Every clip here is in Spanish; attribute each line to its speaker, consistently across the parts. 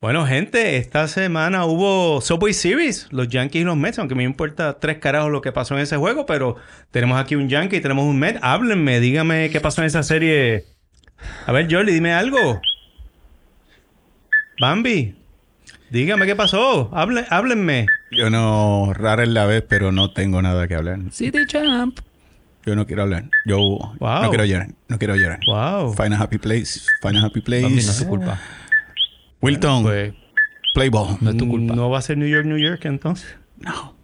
Speaker 1: Bueno, gente, esta semana hubo Subway Series, los Yankees y los Mets, aunque me importa tres carajos lo que pasó en ese juego, pero tenemos aquí un Yankee y tenemos un Met. Háblenme, díganme qué pasó en esa serie. A ver, Jolly, dime algo. Bambi, dígame qué pasó. Hable- háblenme.
Speaker 2: Yo no, rara es la vez, pero no tengo nada que hablar.
Speaker 3: City Champ.
Speaker 2: Yo no quiero hablar. Yo no quiero llorar. No quiero llorar.
Speaker 1: Wow.
Speaker 2: Find a happy place. Find a happy place.
Speaker 3: Bambi, no es tu culpa.
Speaker 2: Wilton,
Speaker 3: Pues,
Speaker 2: play ball.
Speaker 3: no es tu culpa.
Speaker 1: No va a ser New York, New York entonces.
Speaker 2: No.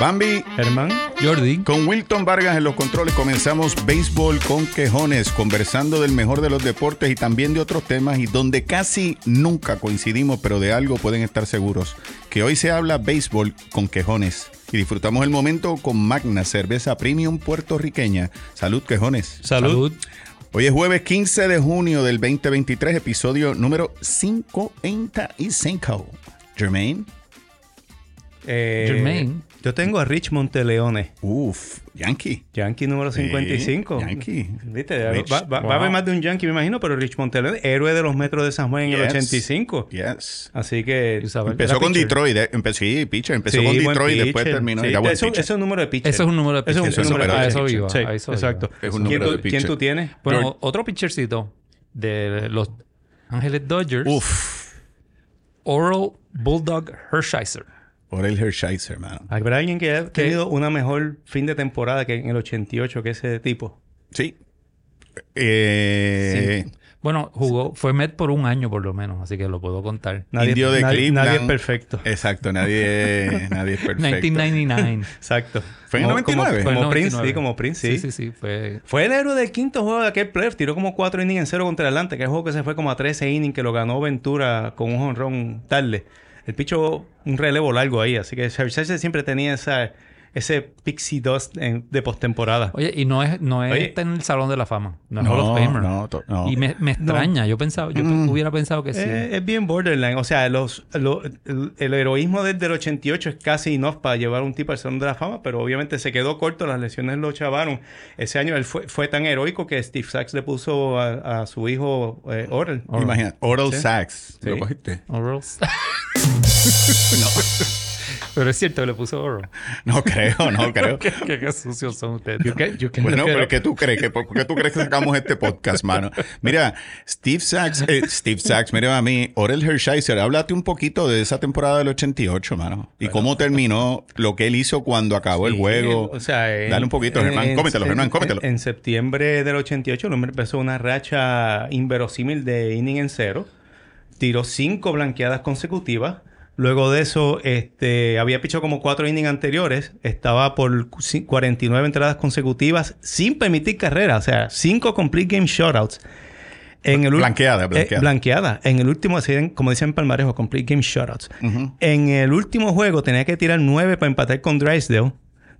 Speaker 2: Bambi
Speaker 1: Germán.
Speaker 3: Jordi.
Speaker 2: con Wilton Vargas en los controles comenzamos béisbol con quejones, conversando del mejor de los deportes y también de otros temas y donde casi nunca coincidimos, pero de algo pueden estar seguros, que hoy se habla béisbol con quejones y disfrutamos el momento con Magna, cerveza premium puertorriqueña. Salud quejones.
Speaker 3: Salud.
Speaker 2: Hoy es jueves 15 de junio del 2023, episodio número 55. Jermaine.
Speaker 1: Eh,
Speaker 3: Jermaine.
Speaker 1: Yo tengo a Rich Monteleone.
Speaker 2: Uf, Yankee.
Speaker 1: Yankee número
Speaker 2: Sí,
Speaker 1: 55.
Speaker 2: Yankee.
Speaker 1: Viste, va-
Speaker 2: Rich.
Speaker 1: va, va- va a haber más de un Yankee, me imagino, pero Rich Monteleone, héroe de los metros de San Juan en el
Speaker 2: Yes.
Speaker 1: 85.
Speaker 2: Yes.
Speaker 1: Así que.
Speaker 3: Isabel.
Speaker 2: Empezó
Speaker 1: era
Speaker 2: con
Speaker 1: pitcher.
Speaker 2: Detroit. eh, Empezó, sí, pitcher. Empezó
Speaker 1: Sí,
Speaker 2: con
Speaker 1: buen
Speaker 2: Detroit y después
Speaker 1: pitcher.
Speaker 2: terminó.
Speaker 1: Sí,
Speaker 2: era buen
Speaker 1: eso,
Speaker 2: pitcher.
Speaker 1: eso es un número de pitcher.
Speaker 3: Eso es un número
Speaker 1: Eso
Speaker 3: de
Speaker 1: es
Speaker 3: pitcher.
Speaker 1: un número de
Speaker 2: Eso es
Speaker 1: pitcher.
Speaker 2: un
Speaker 1: Sí,
Speaker 3: número de pitcher. A eso iba, a
Speaker 1: Exacto.
Speaker 3: eso
Speaker 2: iba. Es un
Speaker 1: ¿Quién,
Speaker 2: número
Speaker 1: tú,
Speaker 2: de
Speaker 1: quién tú
Speaker 2: pitcher.
Speaker 1: tienes?
Speaker 3: Bueno, otro pitchercito de los Ángeles Dodgers.
Speaker 2: Uf.
Speaker 3: Oral Bulldog Hershiser.
Speaker 2: Por el Hershiser, hermano.
Speaker 1: ¿Habrá alguien que haya tenido una mejor fin de temporada que en el 88 que ese tipo?
Speaker 2: Sí. Eh,
Speaker 3: Bueno, jugó, fue Met por un año por lo menos, así que lo puedo contar.
Speaker 2: Indio de
Speaker 1: nadie,
Speaker 2: Cleveland. Eh,
Speaker 1: nadie es perfecto.
Speaker 2: Exacto. Nadie, nadie es perfecto.
Speaker 3: 1999.
Speaker 1: Exacto.
Speaker 2: Fue en el
Speaker 3: Como- como-
Speaker 2: 99.
Speaker 3: fue en el
Speaker 1: Como Prince,
Speaker 3: 99.
Speaker 1: sí, como Prince, sí.
Speaker 3: Sí, sí, sí, fue
Speaker 1: Fue el héroe del quinto juego de aquel playoff. Tiró como cuatro innings en cero contra Atlanta, que es el juego que se fue como a 13 innings, que lo ganó Ventura con un jonrón tarde. El picho, un relevo largo ahí. Así que Scherzer siempre tenía esa, ese pixie dust en- de postemporada.
Speaker 3: Oye, y no es, no es
Speaker 1: Oye.
Speaker 3: está en el Salón de la Fama. No es Hall of
Speaker 2: No,
Speaker 3: Famer.
Speaker 2: no, to- no.
Speaker 3: Y me, me extraña. Yo pensaba, yo pe- hubiera pensado que sí.
Speaker 1: Eh, es bien borderline. O sea, los, lo- el, el heroísmo desde el 88 es casi enough para llevar un tipo al Salón de la Fama, pero obviamente se quedó corto, las lesiones lo chavaron. Ese año él fue, fue tan heroico que Steve Sachs le puso a, a su hijo eh, Oral.
Speaker 2: Imagina, Oral
Speaker 1: Sí.
Speaker 2: Sachs.
Speaker 1: Sí.
Speaker 2: ¿Lo cogiste?
Speaker 3: Oral. Pero es cierto, le puso oro.
Speaker 2: No creo, no creo.
Speaker 3: Qué, qué- qué sucios son ustedes.
Speaker 2: Bueno, pero ¿qué tú crees? ¿Qué, ¿Por qué tú crees que sacamos este podcast, mano? Mira, Steve Sachs, eh, Steve Sachs, mira a mí, Orel Hershiser, háblate un poquito de esa temporada del 88, mano. Y cómo terminó lo que él hizo cuando acabó el juego.
Speaker 1: pues, O sea, en-
Speaker 2: Dale un poquito,
Speaker 1: en-
Speaker 2: Germán.
Speaker 1: en-
Speaker 2: Cómetelo,
Speaker 1: en-
Speaker 2: Germán, cómetelo.
Speaker 1: En, en septiembre del 88, el hombre empezó una racha inverosímil de inning en cero. Tiró cinco blanqueadas consecutivas. Luego de eso, este, había pichado como cuatro innings anteriores. Estaba por cu- ci- 49 entradas consecutivas sin permitir carreras. O sea, cinco complete game shutouts. En el ul-
Speaker 2: Blanqueada,
Speaker 1: eh,
Speaker 2: blanqueada.
Speaker 1: blanqueada. En el último, así en- como dicen en Palmarejo, complete game shutouts.
Speaker 2: Ujú.
Speaker 1: En el último juego tenía que tirar nueve para empatar con Drysdale.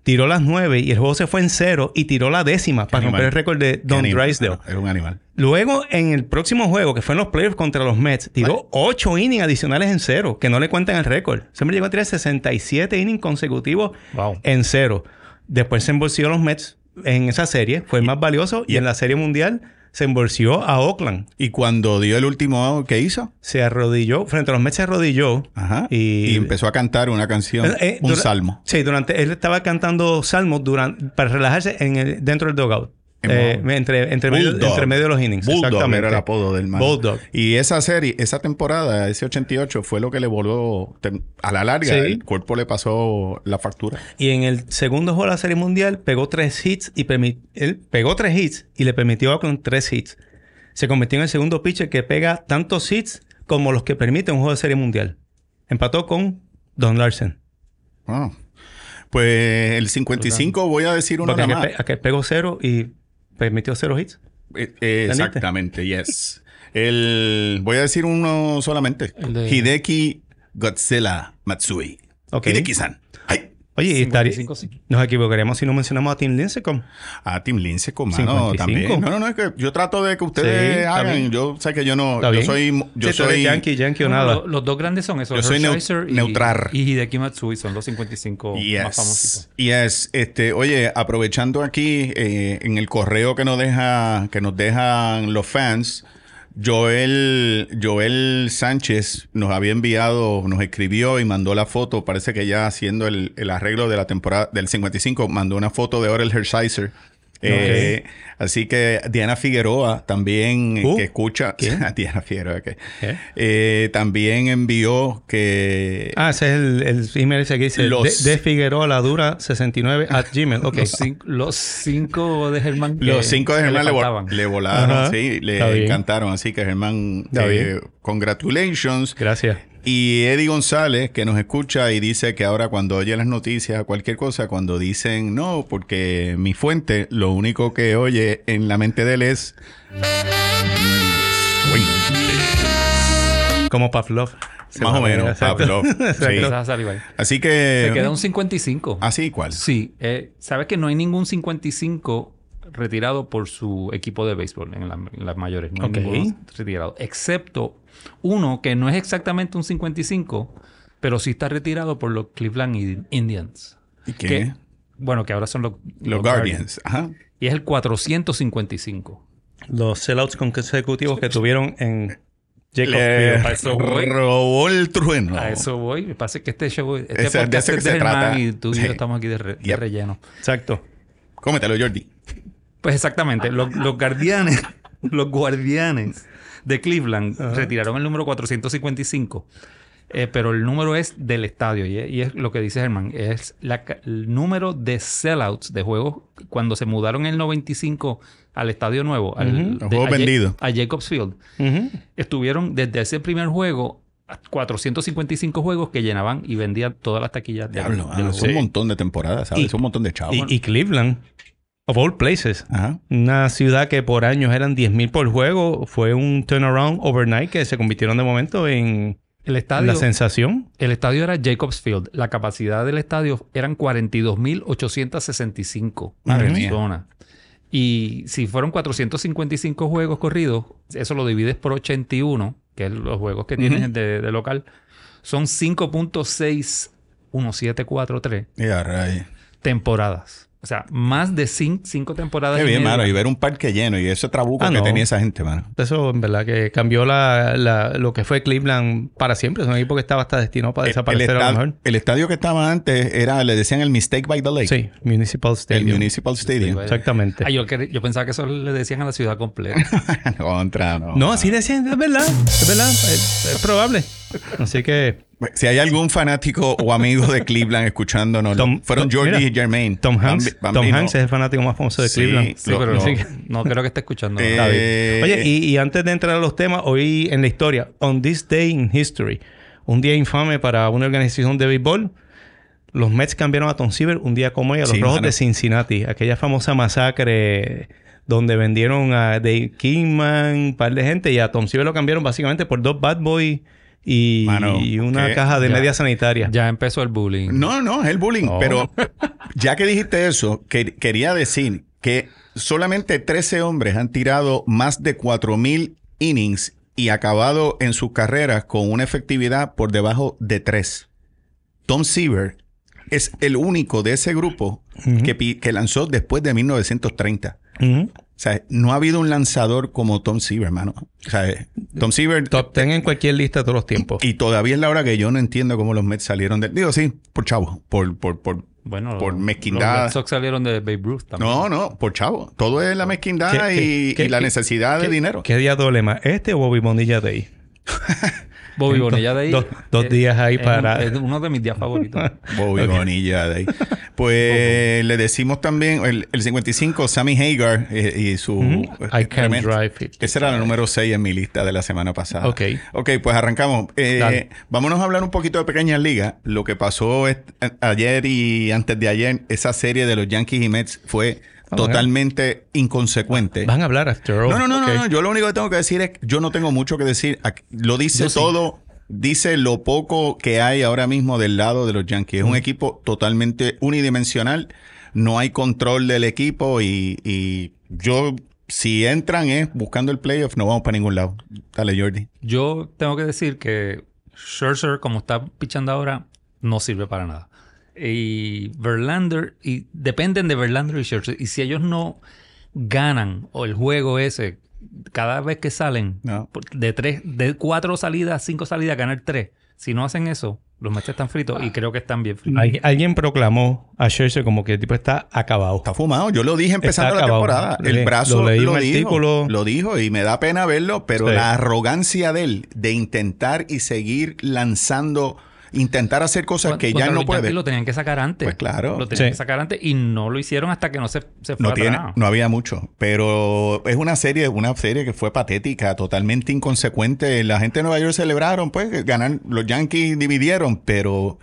Speaker 1: Tiró las nueve y el juego se fue en cero y tiró la décima para
Speaker 2: animal.
Speaker 1: romper el récord de
Speaker 2: Qué
Speaker 1: Don
Speaker 2: animal,
Speaker 1: Drysdale.
Speaker 2: mano, Era un animal.
Speaker 1: Luego, en el próximo juego, que fue en los playoffs contra los Mets, tiró ocho innings adicionales en cero, que no le cuentan el récord. Siempre llegó a tirar 67 innings consecutivos
Speaker 3: Wow.
Speaker 1: en cero. Después se embolsilló a los Mets en esa serie, fue el más valioso, y en la serie mundial se embolsilló a Oakland.
Speaker 2: Y cuando dio el último out, ¿qué hizo?
Speaker 1: Se arrodilló, frente a los Mets se arrodilló.
Speaker 2: Ajá.
Speaker 1: Y-
Speaker 2: Y, empezó a cantar una canción,
Speaker 1: Eh, eh,
Speaker 2: un
Speaker 1: dura-
Speaker 2: salmo.
Speaker 1: Sí, durante él estaba cantando salmos durante, para relajarse en el- dentro del dugout.
Speaker 2: En
Speaker 1: Eh,
Speaker 2: modo-
Speaker 1: entre, entre, medio,
Speaker 2: Bulldog.
Speaker 1: entre medio de los innings.
Speaker 2: Bulldog
Speaker 1: exactamente.
Speaker 2: era el apodo del man.
Speaker 1: Bulldog.
Speaker 2: Y esa serie, esa temporada, ese 88, fue lo que le voló tem- a la larga.
Speaker 1: Sí.
Speaker 2: El cuerpo le pasó la factura.
Speaker 1: Y en el segundo juego de la Serie Mundial pegó tres hits y permi- él pegó tres hits y le permitió a Oakland tres hits. Se convirtió en el segundo pitcher que pega tantos hits como los que permite un juego de Serie Mundial. Empató con Don Larsen.
Speaker 2: Ah. Pues el 55 voy a decir una
Speaker 1: Porque
Speaker 2: nada
Speaker 1: aquel,
Speaker 2: más.
Speaker 1: pe- aquel pegó cero y permitió cero hits.
Speaker 2: Eh, eh,
Speaker 1: ¿Entendiste?
Speaker 2: exactamente, yes. El, voy a decir uno solamente.
Speaker 3: El de-
Speaker 2: Hideki Godzilla Matsui.
Speaker 1: Ok.
Speaker 2: Hideki-san. Ay.
Speaker 1: Oye, y estaría-
Speaker 3: 55, sí.
Speaker 1: nos equivocaríamos si no mencionamos a Tim Lincecum.
Speaker 2: Ah, Tim Lince, con mano
Speaker 1: 55.
Speaker 2: también. No, no, no, es que yo trato de que ustedes
Speaker 1: Sí, está
Speaker 2: hagan.
Speaker 1: bien.
Speaker 2: Yo sé que yo no.
Speaker 1: Está
Speaker 2: Yo
Speaker 1: bien.
Speaker 2: soy. Yo
Speaker 1: Sí, tú eres
Speaker 2: soy
Speaker 1: Yankee, Yankee o
Speaker 3: No,
Speaker 1: nada.
Speaker 3: lo- los dos grandes son esos.
Speaker 2: Yo soy neu-
Speaker 3: Hershiser y-
Speaker 2: neutral.
Speaker 3: Y Hideki Matsui son los 55 más famositos.
Speaker 2: Yes, yes. Este, oye, aprovechando aquí eh, en el correo que nos deja, que nos dejan los fans, Joel, Joel Sánchez nos había enviado, nos escribió y mandó la foto. Parece que ya haciendo el, el arreglo de la temporada del 55, mandó una foto de Orel Hershiser. Eh, Así que Diana Figueroa también, eh,
Speaker 1: Uh,
Speaker 2: que escucha.
Speaker 1: ¿quién?
Speaker 2: Diana Figueroa, que,
Speaker 1: ¿Qué?
Speaker 2: eh, también envió que.
Speaker 1: Ah, ese es el, el email ese que dice
Speaker 2: Los-
Speaker 1: de, de Figueroa la dura 69 at gmail. Ok.
Speaker 3: Los, cin- los cinco de Germán. que-
Speaker 2: Los cinco de
Speaker 3: que le
Speaker 2: Germán le, vol-
Speaker 3: faltaban.
Speaker 2: le volaron,
Speaker 1: Ajá.
Speaker 2: sí, le
Speaker 1: Está bien.
Speaker 2: encantaron. Así que Germán,
Speaker 1: Está
Speaker 2: eh,
Speaker 1: bien.
Speaker 2: congratulations.
Speaker 1: Gracias.
Speaker 2: Y Eddie González, que nos escucha y dice que ahora cuando oye las noticias, cualquier cosa, cuando dicen no, porque mi fuente, lo único que oye en la mente de él es... "Uy,
Speaker 1: Como Pavlov. Se
Speaker 2: más
Speaker 1: va
Speaker 2: o
Speaker 1: a ver,
Speaker 2: menos,
Speaker 1: exacto.
Speaker 2: Pablo. Sí. Eh, Ah,
Speaker 3: Quizás sale igual.
Speaker 2: Así que...
Speaker 3: Se queda un 55.
Speaker 2: Así, ¿cuál?
Speaker 3: Sí, eh, sabes que no hay ningún 55 retirado por su equipo de béisbol en, la- en las mayores. No hay
Speaker 1: Ok.
Speaker 3: ninguno retirado. Excepto uno que no es exactamente un 55, pero sí está retirado por los Cleveland Ind- Indians.
Speaker 2: ¿Y qué?
Speaker 3: Que- bueno, que ahora son los,
Speaker 2: Los Guardians. Ajá.
Speaker 3: Y es el 455.
Speaker 1: Los sellouts consecutivos que tuvieron en
Speaker 2: Le
Speaker 1: Jacobsville.
Speaker 2: robó el trueno.
Speaker 3: A eso voy. Me parece que este show, este
Speaker 2: Ese- de
Speaker 3: podcast
Speaker 2: ese que
Speaker 3: es de
Speaker 2: se
Speaker 3: Germán
Speaker 2: trata.
Speaker 3: y tú y
Speaker 2: Sí.
Speaker 3: yo estamos aquí de, re- de
Speaker 2: Yep.
Speaker 3: relleno.
Speaker 1: Exacto.
Speaker 2: Cómetelo, Jordi.
Speaker 3: Pues exactamente, los, los guardianes, los guardianes de Cleveland retiraron el número 455. eh, pero el número es del estadio y es, y es lo que dice Germán, es la ca- el número de sellouts de juegos cuando se mudaron en el 95 al estadio nuevo, al,
Speaker 1: Ujú.
Speaker 2: Los
Speaker 3: de-
Speaker 2: juegos
Speaker 3: a Ja-
Speaker 2: vendidos.
Speaker 3: a Jacobs Field.
Speaker 1: Ujú.
Speaker 3: Estuvieron desde ese primer juego a 455 juegos que llenaban y vendían todas las taquillas de,
Speaker 2: Diablo,
Speaker 3: de
Speaker 2: ah,
Speaker 3: los
Speaker 2: son un
Speaker 1: sí.
Speaker 2: montón de temporadas, ¿sabes?
Speaker 1: Y-
Speaker 2: Son un montón de chavos.
Speaker 1: Y, y Cleveland, of all places.
Speaker 2: Ajá.
Speaker 1: Una ciudad que por años eran 10.000 por juego. Fue un turnaround overnight que se convirtieron de momento en
Speaker 3: El estadio
Speaker 1: la sensación.
Speaker 3: El estadio era Jacobs Field. La capacidad del estadio eran 42.865
Speaker 2: Madre mía.
Speaker 3: personas. Y si fueron 455 juegos corridos, eso lo divides por 81, que es los juegos que tienes
Speaker 2: Ujú.
Speaker 3: de, de local, son 5.61743
Speaker 2: Ya, ray.
Speaker 3: temporadas. O sea, más de cin- cinco temporadas.
Speaker 2: Qué
Speaker 3: y
Speaker 2: bien,
Speaker 3: media.
Speaker 2: mano. Y ver un parque lleno y ese trabuco
Speaker 1: Ah,
Speaker 2: que
Speaker 1: no.
Speaker 2: tenía esa gente, mano.
Speaker 1: Eso en verdad que cambió la, la- lo que fue Cleveland para siempre. Es un equipo que estaba hasta destinado para
Speaker 2: El-
Speaker 1: desaparecer
Speaker 2: el,
Speaker 1: a lo
Speaker 2: esta-
Speaker 1: mejor.
Speaker 2: el estadio que estaba antes era, le decían el Mistake by the Lake.
Speaker 1: Sí, Municipal
Speaker 2: El
Speaker 1: Stadium.
Speaker 2: Municipal Stadium.
Speaker 1: Exactamente.
Speaker 3: Ah, yo, cre- yo pensaba que eso le decían a la ciudad completa.
Speaker 2: Contra, no.
Speaker 1: pues. No, así decían, es verdad, es verdad, es, es probable. Así que
Speaker 2: Si hay algún fanático o amigo de Cleveland escuchándonos,
Speaker 1: Tom-
Speaker 2: fueron
Speaker 1: Tom-
Speaker 2: Jordi
Speaker 1: mira,
Speaker 2: y Jermaine.
Speaker 1: Tom
Speaker 2: Bambi-
Speaker 1: Hanks, Tom
Speaker 2: Bambino.
Speaker 1: Hanks es el fanático más famoso de
Speaker 2: Sí.
Speaker 1: Cleveland.
Speaker 3: Sí,
Speaker 2: Lo-
Speaker 3: pero
Speaker 2: lo-
Speaker 3: no, no creo que esté escuchando.
Speaker 2: Eh,
Speaker 3: nada.
Speaker 1: Está bien. Oye, y, y antes de entrar a los temas, hoy en la historia, On This Day in History, un día infame para una organización de béisbol, los Mets cambiaron a Tom Seaver un día como hoy a los
Speaker 2: Sí,
Speaker 1: Rojos
Speaker 2: mano.
Speaker 1: de Cincinnati. Aquella famosa masacre donde vendieron a Dave Kingman, un par de gente, y a Tom Seaver lo cambiaron básicamente por dos Bad Boys y,
Speaker 2: Mano,
Speaker 1: y una
Speaker 2: ¿qué?
Speaker 1: caja de
Speaker 3: Ya.
Speaker 1: media sanitaria.
Speaker 3: Ya empezó el bullying.
Speaker 2: No, no, es el bullying.
Speaker 1: No.
Speaker 2: Pero ya que dijiste eso, que- quería decir que solamente 13 hombres han tirado más de 4.000 innings y acabado en sus carreras con una efectividad por debajo de 3. Tom Seaver es el único de ese grupo
Speaker 1: Ujú.
Speaker 2: que, pi- que lanzó después de 1930.
Speaker 1: Ujú.
Speaker 2: O sea, no ha habido un lanzador como Tom Seaver, hermano. O sea, Tom Seaver
Speaker 1: Top 10 en cualquier lista de todos los tiempos.
Speaker 2: y todavía es la hora que yo no entiendo cómo los Mets salieron del... Digo, sí, por chavos, por, por, por,
Speaker 3: Bueno,
Speaker 2: por
Speaker 3: los-
Speaker 2: mezquindad.
Speaker 3: Los Red Sox salieron de Babe Ruth también.
Speaker 2: No, no, por chavo. Todo es la mezquindad
Speaker 1: Ah. ¿Qué- qué-
Speaker 2: y,
Speaker 1: qué-
Speaker 2: y la
Speaker 1: qué-
Speaker 2: necesidad de
Speaker 1: ¿Qué-
Speaker 2: dinero.
Speaker 1: ¿Qué día doble más? ¿Este o Bobby Bonilla Day?
Speaker 3: Bobby Bonilla de ahí.
Speaker 1: Dos- dos
Speaker 3: eh,
Speaker 1: días ahí
Speaker 3: es un-
Speaker 1: para-
Speaker 3: es uno de mis días favoritos.
Speaker 2: Bobby Bonilla de ahí. Pues le decimos también el, el 55, Sammy Hagar eh, y su...
Speaker 1: I can't
Speaker 2: tremendo-
Speaker 1: drive it.
Speaker 2: Esa era la número 6 en mi lista de la semana pasada.
Speaker 1: Ok.
Speaker 2: Ok, pues arrancamos. Eh,
Speaker 1: Dale.
Speaker 2: vámonos a hablar un poquito de Pequeñas Ligas. Lo que pasó es- ayer y antes de ayer, esa serie de los Yankees y Mets fue
Speaker 1: Ah,
Speaker 2: totalmente inconsecuente.
Speaker 1: Van a hablar after all.
Speaker 2: No, no, no,
Speaker 1: Ok.
Speaker 2: no, no. Yo lo único que tengo que decir es, yo no tengo mucho que decir. Aquí- Lo dice
Speaker 3: Yo sí.
Speaker 2: todo dice lo poco que hay ahora mismo del lado de los Yankees. Es
Speaker 1: Mm.
Speaker 2: un equipo totalmente unidimensional, no hay control del equipo y, y yo, si entran es buscando el playoff, no vamos para ningún lado. Dale, Jordi.
Speaker 3: Yo tengo que decir que Scherzer, como está pichando ahora, no sirve para nada. Y Verlander, y dependen de Verlander y Scherzer. Y si ellos no ganan o el juego ese, cada vez que salen,
Speaker 2: No.
Speaker 3: por- de tres, de cuatro salidas, cinco salidas, ganar tres. Si no hacen eso, los machos están fritos y creo que están bien fritos.
Speaker 1: Al- alguien proclamó a Scherzer como que el tipo está acabado.
Speaker 2: Está fumado, yo lo dije empezando
Speaker 1: Está
Speaker 2: la
Speaker 1: acabado.
Speaker 2: temporada.
Speaker 1: Le-
Speaker 2: el brazo
Speaker 1: lo
Speaker 2: lo,
Speaker 1: leí en un
Speaker 2: dijo,
Speaker 1: artículo.
Speaker 2: lo dijo y me da pena verlo, pero
Speaker 1: Sí.
Speaker 2: la arrogancia de él de intentar y seguir lanzando, intentar hacer cosas que
Speaker 3: Contra
Speaker 2: ya
Speaker 3: los
Speaker 2: no
Speaker 3: Yankees
Speaker 2: puede.
Speaker 3: Lo tenían que sacar antes.
Speaker 2: Pues claro.
Speaker 3: Lo tenían
Speaker 1: Sí.
Speaker 3: que sacar antes y no lo hicieron hasta que no se, se fue
Speaker 2: No, tiene,
Speaker 3: atrás.
Speaker 2: no había mucho, pero es una serie, una serie que fue patética, totalmente inconsecuente. La gente de Nueva York celebraron, pues, que ganan, los Yankees dividieron, pero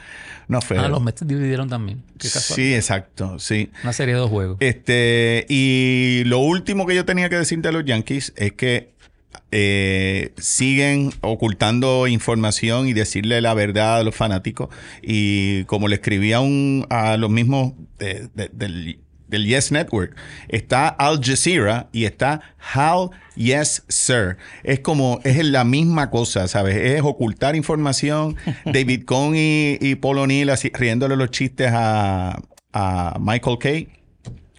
Speaker 2: no fue.
Speaker 3: Ah, los Mets dividieron también. Qué casual.
Speaker 2: sí, exacto, sí.
Speaker 3: Una serie de dos juegos.
Speaker 2: Este, y lo último que yo tenía que decir de los Yankees es que eh, siguen ocultando información y decirle la verdad a los fanáticos. Y como le escribí a, un, a los mismos de- de- del, del Yes Network, está Al Jazeera y está Hal Yes Sir. Es como, es la misma cosa, ¿sabes? Es ocultar información. David Cohn y, y Paul O'Neill así, riéndole los chistes a, a Michael Kay.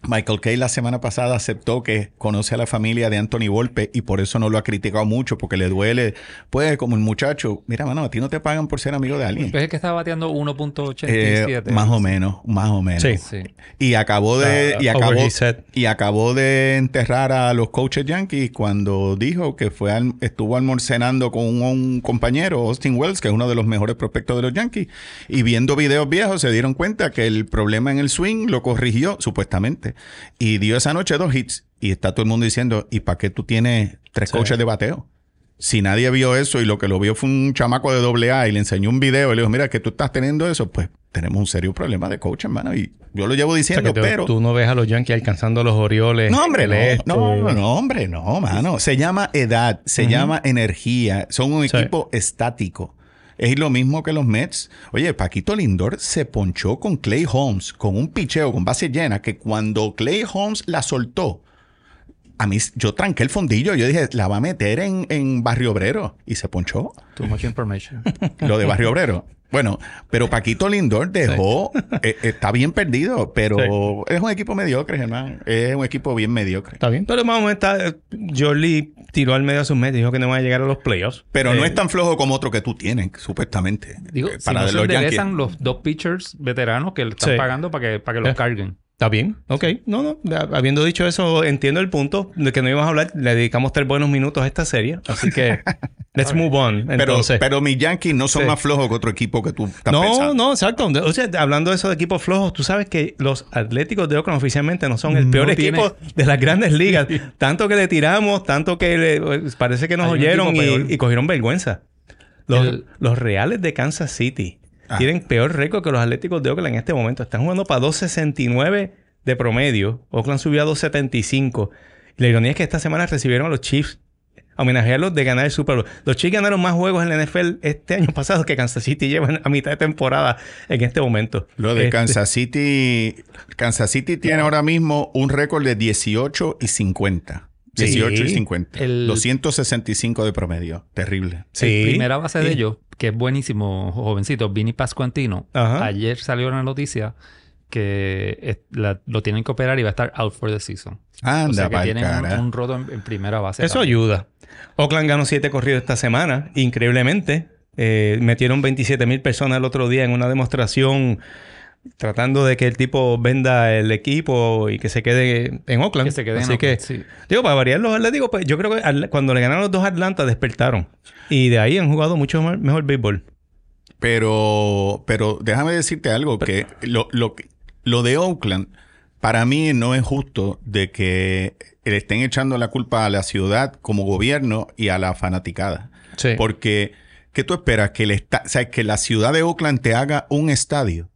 Speaker 2: Michael Kay la semana pasada aceptó que conoce a la familia de Anthony Volpe y por eso no lo ha criticado mucho, porque le duele. Pues, como el muchacho, mira, mano, a ti no te pagan por ser amigo de alguien.
Speaker 3: Pues es que estaba bateando
Speaker 2: Eh,
Speaker 3: 1.87.
Speaker 2: más o menos, más o menos.
Speaker 1: Sí.
Speaker 3: Sí.
Speaker 2: Y acabó de.
Speaker 1: Ah,
Speaker 2: y, acabó,
Speaker 1: overly said.
Speaker 2: y acabó de enterrar a los coaches yankees cuando dijo que fue al- estuvo almorcenando con un, un compañero, Austin Wells, que es uno de los mejores prospectos de los yankees. Y viendo videos viejos se dieron cuenta que el problema en el swing lo corrigió, supuestamente. Y dio esa noche dos hits. Y está todo el mundo diciendo: ¿Y para qué tú tienes tres
Speaker 1: Sí.
Speaker 2: coaches de bateo? Si nadie vio eso y lo que lo vio fue un chamaco de doble A y le enseñó un video y le dijo, mira, que tú estás teniendo eso, pues tenemos un serio problema de coach, hermano. Y yo lo llevo
Speaker 1: O sea,
Speaker 2: diciendo,
Speaker 1: que te-
Speaker 2: pero...
Speaker 1: tú no ves a los Yankees alcanzando los Orioles.
Speaker 2: No, hombre,
Speaker 1: el
Speaker 2: no,
Speaker 1: este.
Speaker 2: no, no, hombre, no, mano. Se llama edad, se llama energía. Son un
Speaker 1: Sí.
Speaker 2: equipo estático. Es lo mismo que los Mets. Oye, Paquito Lindor se ponchó con Clay Holmes, con un picheo, con base llena, que cuando Clay Holmes la soltó, a mí, yo tranqué el fondillo. Yo dije, la va a meter en, en Barrio Obrero. Y se ponchó
Speaker 3: Too much information.
Speaker 2: lo de Barrio Obrero. Bueno, pero Paquito Lindor dejó, eh, está bien perdido, pero es un equipo mediocre, Germán. Es un equipo bien mediocre.
Speaker 1: Está bien. Pero más o menos está. eh, Jolie tiró al medio a sus metas y dijo que no van a llegar a los playoffs.
Speaker 2: Pero no
Speaker 1: Eh,
Speaker 2: es tan flojo como otro que tú tienes, supuestamente.
Speaker 3: Digo,
Speaker 2: eh,
Speaker 3: si
Speaker 2: para
Speaker 3: no
Speaker 2: de
Speaker 3: se
Speaker 2: los Yankees.
Speaker 3: enderezan los dos pitchers veteranos que le están
Speaker 1: Sí.
Speaker 3: pagando para que, para que los
Speaker 1: Eh.
Speaker 3: carguen.
Speaker 1: Está bien, ok. No, no. ya, Habiendo dicho eso, entiendo el punto de que no íbamos a hablar. Le dedicamos tres buenos minutos a esta serie. Así que, let's move on.
Speaker 2: Pero,
Speaker 1: Entonces,
Speaker 2: pero mis Yankees no son
Speaker 1: Sí.
Speaker 2: más flojos que otro equipo que tú estás
Speaker 1: no,
Speaker 2: pensando.
Speaker 1: no, exacto. O sea, hablando de esos equipos flojos, tú sabes que los Atléticos de Oakland oficialmente no son el
Speaker 3: No
Speaker 1: peor
Speaker 3: tiene-
Speaker 1: equipo de las grandes ligas. tanto que le tiramos, tanto que le- parece que nos
Speaker 3: Hay un
Speaker 1: oyeron
Speaker 3: equipo peor.
Speaker 1: y, y cogieron vergüenza. Los,
Speaker 3: El-
Speaker 1: los Reales de Kansas City
Speaker 2: Ah.
Speaker 1: tienen peor récord que los Atléticos de Oakland en este momento. Están jugando para 2.69 de promedio. Oakland subió a 2.75. La ironía es que esta semana recibieron a los Chiefs a homenajearlos de ganar el Super Bowl. Los Chiefs ganaron más juegos en la NFL este año pasado que Kansas City llevan a mitad de temporada en este momento.
Speaker 2: Lo de
Speaker 1: Este,
Speaker 2: Kansas City. Kansas City tiene ahora mismo un récord de 18 y 50. 18 y
Speaker 1: Sí.
Speaker 2: 50.
Speaker 3: El-
Speaker 2: 265 de promedio. Terrible.
Speaker 1: Sí.
Speaker 3: El primera base de
Speaker 1: Sí.
Speaker 3: ellos, que es buenísimo, jovencito, Vinny Pascuantino.
Speaker 1: Ajá.
Speaker 3: Ayer salió una noticia que es- la- lo tienen que operar y va a estar out for the season.
Speaker 2: Anda,
Speaker 3: o sea que
Speaker 2: pa'l
Speaker 3: tienen un,
Speaker 2: cara.
Speaker 3: un roto en, en primera base.
Speaker 1: Eso ayuda. Oakland ganó 7 corridos esta semana, increíblemente. Eh, metieron 27 mil personas el otro día en una demostración tratando de que el tipo venda el equipo y que se quede en Oakland.
Speaker 3: Que se queden
Speaker 1: Así
Speaker 3: out.
Speaker 1: que,
Speaker 3: Sí.
Speaker 1: digo, para variar los Atléticos, pues yo creo que Atl- cuando le ganaron los dos a Atlanta despertaron. Y de ahí han jugado mucho me- mejor béisbol.
Speaker 2: Pero, pero déjame decirte algo, que lo, lo, que- lo de Oakland, para mí no es justo de que le estén echando la culpa a la ciudad como gobierno y a la fanaticada.
Speaker 1: Sí.
Speaker 2: Porque, ¿qué tú esperas? Que, el esta- o sea, que la ciudad de Oakland te haga un estadio.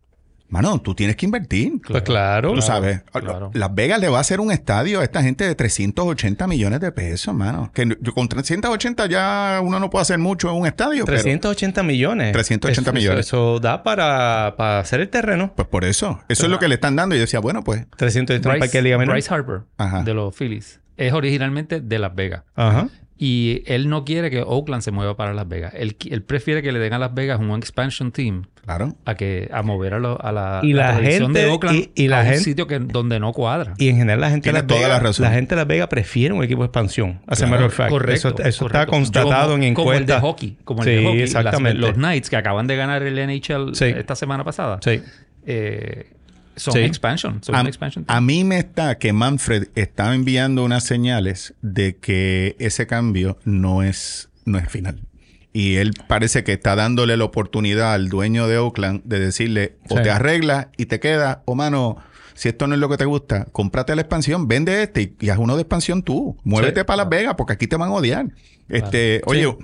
Speaker 2: Mano, tú tienes que invertir.
Speaker 3: Pues claro.
Speaker 2: Tú sabes,
Speaker 3: claro.
Speaker 2: Las Vegas le va a hacer un estadio a esta gente de 380 millones de pesos, mano. Que no- con 380 ya uno no puede hacer mucho en un estadio. pero-
Speaker 1: 380 millones.
Speaker 2: 380
Speaker 1: Eso-
Speaker 2: millones.
Speaker 1: Eso, eso da para, para hacer el terreno.
Speaker 2: pues por eso. Eso es lo que le están dando. Y yo decía, bueno, pues.
Speaker 1: 300 esto es un parque de
Speaker 3: Bryce,
Speaker 1: liga menor.
Speaker 3: Bryce Harper,
Speaker 2: Ajá.
Speaker 3: de los Phillies, es originalmente de Las Vegas.
Speaker 1: Ajá.
Speaker 3: Y él no quiere que Oakland se mueva para Las Vegas. Él, qui- él prefiere que le den a Las Vegas un expansion team
Speaker 2: Claro.
Speaker 3: a que a mover a, lo- a la,
Speaker 1: Y la
Speaker 3: tradición
Speaker 1: gente-
Speaker 3: de Oakland
Speaker 1: y- y la
Speaker 3: a un
Speaker 1: gente-
Speaker 3: sitio que, donde no cuadra.
Speaker 1: Y en general la gente de
Speaker 2: Tienes
Speaker 1: Las
Speaker 2: toda
Speaker 1: Vegas,
Speaker 2: la razón.
Speaker 1: gente de Las Vegas prefiere un equipo de expansión. As a
Speaker 2: Claro,
Speaker 1: matter of fact.
Speaker 3: correcto.
Speaker 1: Eso, eso está
Speaker 3: correcto.
Speaker 1: constatado
Speaker 3: Como-
Speaker 1: en
Speaker 3: Como el de
Speaker 1: encuestas.
Speaker 3: hockey. Como el
Speaker 1: Sí,
Speaker 3: de hockey. Las-
Speaker 1: exactamente.
Speaker 3: los Knights que acaban de ganar el NHL
Speaker 1: Sí.
Speaker 3: esta semana pasada.
Speaker 1: Sí.
Speaker 3: eh, son
Speaker 1: Sí.
Speaker 3: expansion. Son
Speaker 2: A,
Speaker 3: un expansion team.
Speaker 2: a mí me está que Manfred está enviando unas señales de que ese cambio no es, no es final. Y él parece que está dándole la oportunidad al dueño de Oakland de decirle, o
Speaker 1: Sí.
Speaker 2: te arreglas y te quedas, o mano, si esto no es lo que te gusta, cómprate la expansión, vende este y, y haz uno de expansión tú. Muévete
Speaker 3: Sí.
Speaker 2: para Las Vegas porque aquí te van a odiar. Este, Oye,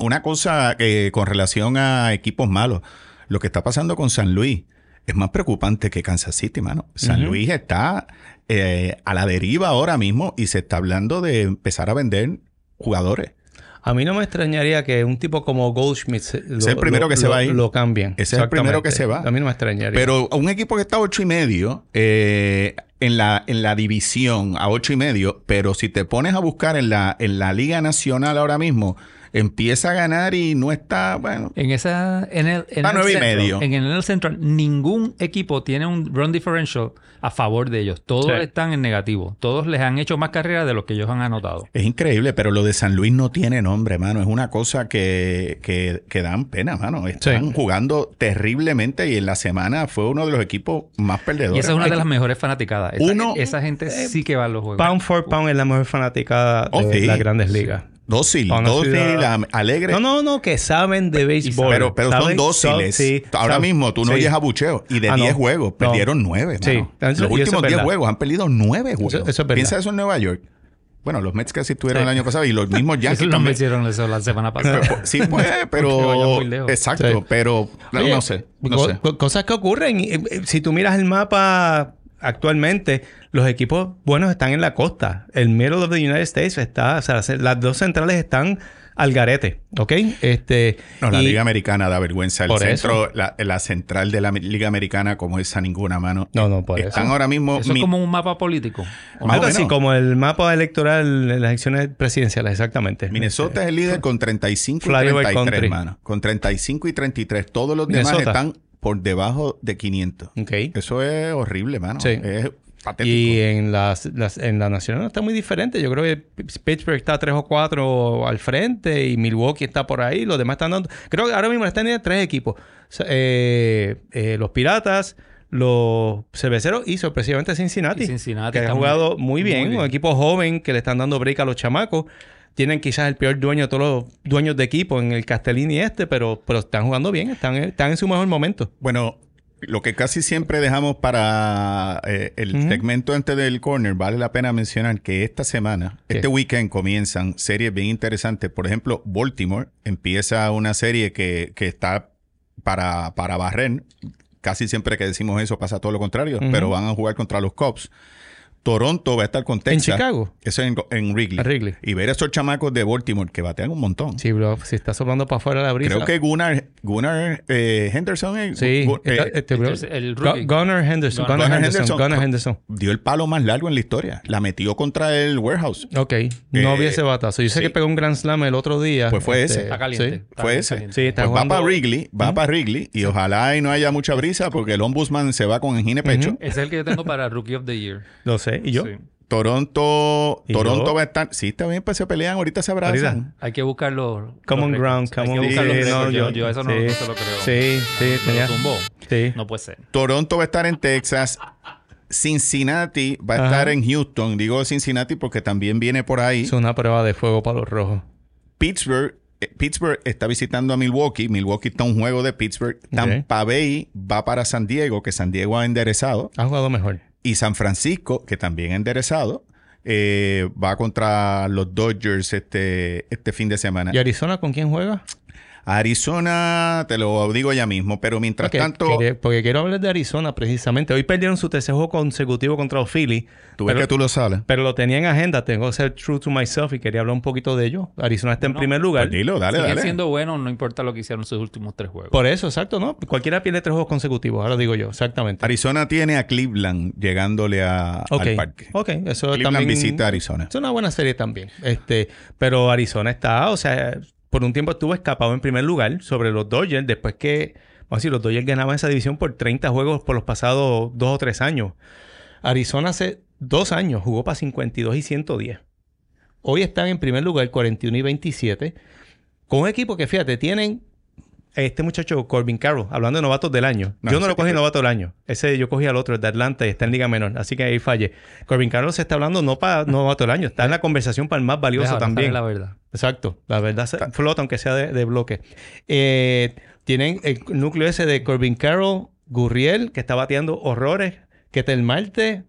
Speaker 2: una cosa eh, con relación a equipos malos, lo que está pasando con San Luis es más preocupante que Kansas City, mano. San
Speaker 1: Ujú.
Speaker 2: Luis está eh, a la deriva ahora mismo y se está hablando de empezar a vender jugadores.
Speaker 1: A mí no me extrañaría que un tipo como Goldschmidt se- lo,
Speaker 2: es el primero
Speaker 1: lo-
Speaker 2: que se va
Speaker 1: lo-
Speaker 2: a ir.
Speaker 1: lo cambien.
Speaker 2: Ese es el primero
Speaker 1: Exactamente.
Speaker 2: que se va.
Speaker 1: A mí no me extrañaría.
Speaker 2: Pero a un equipo que está a ocho y medio eh, en, la, en la división a ocho y medio, pero si te pones a buscar en la, en la Liga Nacional ahora mismo, empieza a ganar y no está, bueno,
Speaker 3: En esa. En el, en
Speaker 2: A
Speaker 3: el
Speaker 2: nueve y
Speaker 3: Central-
Speaker 2: medio.
Speaker 3: En el Central, ningún equipo tiene un run differential a favor de ellos. Todos
Speaker 1: Sí.
Speaker 3: están en negativo. Todos les han hecho más carreras de lo que ellos han anotado.
Speaker 2: Es increíble, pero lo de San Luis no tiene nombre, mano. Es una cosa que, que, que dan pena, mano. Están
Speaker 1: Sí.
Speaker 2: jugando terriblemente y en la semana fue uno de los equipos más perdedores.
Speaker 3: Y esa es una de las mejores fanaticadas. Esa,
Speaker 2: Uno-
Speaker 3: esa gente sí que va a los juegos.
Speaker 1: Pound for pound es la mejor fanaticada de
Speaker 2: Oh, sí.
Speaker 1: las grandes ligas.
Speaker 2: Dócil,
Speaker 1: Una
Speaker 2: dócil,
Speaker 1: ciudad-
Speaker 2: am- alegre.
Speaker 1: No, no, no, que saben de béisbol.
Speaker 2: Pero, pero son
Speaker 1: Saben-
Speaker 2: dóciles.
Speaker 1: son- sí,
Speaker 2: Ahora
Speaker 1: saben-
Speaker 2: mismo tú no
Speaker 1: sí.
Speaker 2: oyes abucheo. Y de
Speaker 1: Ah,
Speaker 2: 10
Speaker 1: no.
Speaker 2: juegos,
Speaker 1: No.
Speaker 2: perdieron 9.
Speaker 1: Sí.
Speaker 2: Los
Speaker 1: Eso- y eso es
Speaker 2: últimos 10
Speaker 1: verdad.
Speaker 2: juegos han perdido 9 juegos.
Speaker 1: eso es verdad.
Speaker 2: Piensa eso en Nueva York. Bueno, los Mets que sí estuvieron
Speaker 3: Sí.
Speaker 2: el año pasado y los mismos
Speaker 3: Eso
Speaker 2: Yankees
Speaker 3: lo
Speaker 2: también.
Speaker 3: hicieron eso la semana pasada.
Speaker 2: Pero- Sí, pues,
Speaker 3: vayan
Speaker 2: pero...
Speaker 3: muy lejos.
Speaker 2: Exacto,
Speaker 1: Sí.
Speaker 2: pero...
Speaker 1: Oye,
Speaker 2: no sé, no
Speaker 1: co-
Speaker 2: sé.
Speaker 1: co- Cosas que ocurren. Eh, eh, Si tú miras el mapa actualmente, los equipos buenos están en la costa. El middle of the United States está... O sea, las- las dos centrales están al garete. ¿Ok? Este,
Speaker 2: No, la
Speaker 1: y-
Speaker 2: Liga Americana da vergüenza. El
Speaker 1: Por
Speaker 2: centro, la, la central de la mi- Liga Americana, como esa ninguna mano.
Speaker 1: No, no, por
Speaker 2: Están
Speaker 1: eso.
Speaker 2: ahora mismo.
Speaker 3: Eso
Speaker 2: mi-
Speaker 3: es como un mapa político. ¿o
Speaker 2: Más
Speaker 1: Algo
Speaker 2: o
Speaker 1: así
Speaker 2: menos.
Speaker 1: como el mapa electoral en las elecciones presidenciales, exactamente.
Speaker 2: Minnesota es el líder con 35 y
Speaker 1: Flyover
Speaker 2: 33,
Speaker 1: Country.
Speaker 2: mano. Con 35 y 33. Todos los
Speaker 1: Minnesota.
Speaker 2: demás están por debajo de 500.
Speaker 1: Ok.
Speaker 2: Eso es horrible, mano.
Speaker 1: Sí.
Speaker 2: Es patético.
Speaker 1: Y en, las, las- en la nacional está muy diferente. Yo creo que Pittsburgh está 3 o 4 al frente y Milwaukee está por ahí. Los demás están dando. Creo que ahora mismo están en tres equipos: O sea, eh, eh, los Piratas, los Cerveceros y sorpresivamente Cincinnati.
Speaker 3: Y Cincinnati
Speaker 1: Que
Speaker 3: está
Speaker 1: han
Speaker 3: muy-
Speaker 1: jugado muy
Speaker 3: muy
Speaker 1: bien,
Speaker 3: bien.
Speaker 1: Un equipo joven que le están dando break a los chamacos. Tienen quizás el peor dueño de todos los dueños de equipo en el Castellini este, pero, pero están jugando bien, están, están en su mejor momento.
Speaker 2: Bueno, lo que casi siempre dejamos para eh, el
Speaker 1: Ujú.
Speaker 2: segmento antes del corner, vale la pena mencionar que esta semana,
Speaker 1: ¿Qué?
Speaker 2: este weekend comienzan series bien interesantes. Por ejemplo, Baltimore empieza una serie que, que está para, para barrer. Casi siempre que decimos eso pasa todo lo contrario,
Speaker 1: Ujú.
Speaker 2: pero van a jugar contra los Cubs. Toronto va a estar con
Speaker 1: En
Speaker 2: Texas.
Speaker 1: Chicago,
Speaker 2: Eso en, en Wrigley.
Speaker 1: Wrigley.
Speaker 2: Y ver a esos chamacos de Baltimore que batean un montón.
Speaker 1: Sí, bro, si está soplando para afuera la brisa.
Speaker 2: Creo que Gunnar, Gunnar eh, Henderson eh,
Speaker 1: Sí,
Speaker 2: Gu-
Speaker 1: está-
Speaker 2: eh,
Speaker 1: este, bro-
Speaker 3: Entonces, el
Speaker 1: Gu-
Speaker 3: rookie.
Speaker 1: Gunnar Henderson.
Speaker 3: Gunnar
Speaker 1: Gunnar Henderson.
Speaker 2: Henderson.
Speaker 1: Gunnar Henderson.
Speaker 2: dio el palo más largo en la historia. La metió contra el warehouse.
Speaker 1: Ok. No
Speaker 2: Eh,
Speaker 1: vi ese batazo. Yo sé
Speaker 2: sí.
Speaker 1: que pegó un Grand Slam el otro día.
Speaker 2: Pues fue ese.
Speaker 3: Está caliente.
Speaker 1: sí.
Speaker 3: Está
Speaker 2: Fue
Speaker 3: bien
Speaker 2: ese.
Speaker 1: Sí,
Speaker 3: caliente.
Speaker 1: está
Speaker 2: Pues va
Speaker 1: jugando.
Speaker 2: para Wrigley, va para Wrigley y ojalá y no haya mucha brisa porque el ombudsman se va con engine pecho.
Speaker 1: Ujú.
Speaker 3: Ese es el que yo tengo para Rookie of the Year.
Speaker 1: Lo sé. ¿Y yo?
Speaker 3: Sí.
Speaker 2: Toronto,
Speaker 1: Y
Speaker 2: Toronto
Speaker 1: yo-
Speaker 2: va a estar. Sí, está bien, pues se pelean, ahorita se abrazan.
Speaker 1: Ahorita.
Speaker 3: Hay que buscar los.
Speaker 1: Common
Speaker 3: los
Speaker 1: ground,
Speaker 3: récords.
Speaker 1: common-
Speaker 3: Hay que buscar los
Speaker 1: sí,
Speaker 3: récords.
Speaker 1: no,
Speaker 3: yo,
Speaker 1: yo-
Speaker 3: yo eso no,
Speaker 1: sí.
Speaker 3: no se lo creo.
Speaker 1: Sí, sí,
Speaker 3: Me
Speaker 1: tenía-
Speaker 3: lo tumbó.
Speaker 1: Sí.
Speaker 3: No puede ser.
Speaker 2: Toronto va a estar en Texas. Cincinnati va a
Speaker 1: Ajá.
Speaker 2: estar en Houston. Digo Cincinnati porque también viene por ahí.
Speaker 1: Es una prueba de fuego para los rojos.
Speaker 2: Pittsburgh, eh, Pittsburgh está visitando a Milwaukee. Milwaukee está un juego de Pittsburgh. Tampa Bay va para San Diego, que San Diego ha enderezado.
Speaker 1: Ha jugado mejor.
Speaker 2: Y San Francisco, que también ha enderezado, eh, va contra los Dodgers este, este fin de semana.
Speaker 1: ¿Y Arizona con quién juega?
Speaker 2: Arizona, te lo digo ya mismo, pero mientras
Speaker 1: Porque,
Speaker 2: tanto,
Speaker 1: quería- porque quiero hablar de Arizona precisamente. Hoy perdieron su tercer juego consecutivo contra los Phillies.
Speaker 2: tú ves
Speaker 1: pero-
Speaker 2: que tú lo sabes.
Speaker 1: Pero lo tenía en agenda, tengo que ser true to myself y quería hablar un poquito de ello. Arizona está en
Speaker 3: Bueno,
Speaker 1: primer lugar.
Speaker 2: Pues dilo, dale,
Speaker 3: Sigue
Speaker 2: dale.
Speaker 3: siendo bueno, no importa lo que hicieron sus últimos tres juegos.
Speaker 1: Por eso, exacto, ¿no? Cualquiera pierde tres juegos consecutivos, ahora digo yo, exactamente.
Speaker 2: Arizona tiene a Cleveland llegándole a,
Speaker 1: Ok,
Speaker 2: al parque.
Speaker 1: ok, eso
Speaker 2: Cleveland
Speaker 1: también...
Speaker 2: visita a Arizona.
Speaker 1: Es una buena serie también. Este, pero Arizona está, o sea, por un tiempo estuvo escapado en primer lugar sobre los Dodgers después que, vamos a decir, los Dodgers ganaban esa división por 30 juegos por los pasados dos o tres años. Arizona hace dos años jugó para 52 y 110. Hoy están en primer lugar 41 y 27 con un equipo que, fíjate, tienen este muchacho Corbin Carroll, hablando de novatos del año.
Speaker 2: No,
Speaker 1: yo no
Speaker 2: ese
Speaker 1: lo cogí
Speaker 2: tipo-
Speaker 1: novato del año. Ese yo cogí al otro, el de Atlanta, y está en Liga Menor. Así que ahí falle. Corbin Carroll se está hablando no para novato del año, está en la conversación para el más
Speaker 3: Deja
Speaker 1: valioso
Speaker 3: hablar,
Speaker 1: también.
Speaker 3: sabe la verdad.
Speaker 1: Exacto. La verdad se- flota, aunque sea de, de bloque. Eh, tienen el núcleo ese de Corbin Carroll, Gurriel, que está bateando horrores, que Marte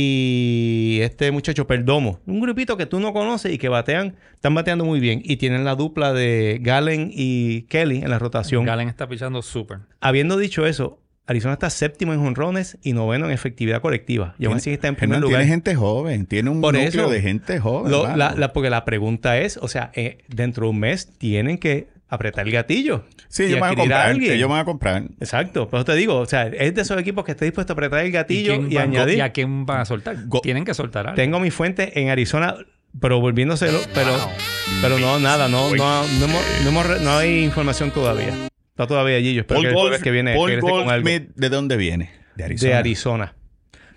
Speaker 1: y este muchacho Perdomo. Un grupito que tú no conoces y que batean, están bateando muy bien. Y tienen la dupla de Galen y Kelly en la rotación.
Speaker 3: Galen está pichando súper.
Speaker 1: Habiendo dicho eso, Arizona está séptimo en jonrones y noveno en efectividad colectiva. Y aún así está en primer
Speaker 2: Hernán,
Speaker 1: lugar.
Speaker 2: Tiene gente joven, tiene un
Speaker 1: Por
Speaker 2: núcleo
Speaker 1: eso.
Speaker 2: de gente joven.
Speaker 1: Lo-
Speaker 2: mano.
Speaker 1: la- la- porque la pregunta es, o sea, eh, dentro de un mes tienen que apretar el gatillo.
Speaker 2: sí,
Speaker 1: y
Speaker 2: ellos van a
Speaker 1: adquirir a
Speaker 2: comprar.
Speaker 1: alguien.
Speaker 2: Ellos van a comprar.
Speaker 1: Exacto, por eso te digo, o sea, es de esos equipos que está dispuesto a apretar el gatillo
Speaker 3: quién
Speaker 1: y,
Speaker 3: van-
Speaker 1: añadir.
Speaker 3: ¿Y a quién van a soltar?
Speaker 2: Go-
Speaker 3: Tienen que soltar algo.
Speaker 1: Tengo mi fuente en Arizona, pero volviéndose, lo- pero, pero no, nada, no, no, no, hemos- no hemos re- no hay información todavía. Está todavía allí, yo espero que el jueves que viene
Speaker 2: Paul
Speaker 1: regrese con algo
Speaker 2: Goldschmidt, ¿de dónde viene? De Arizona.
Speaker 1: de Arizona.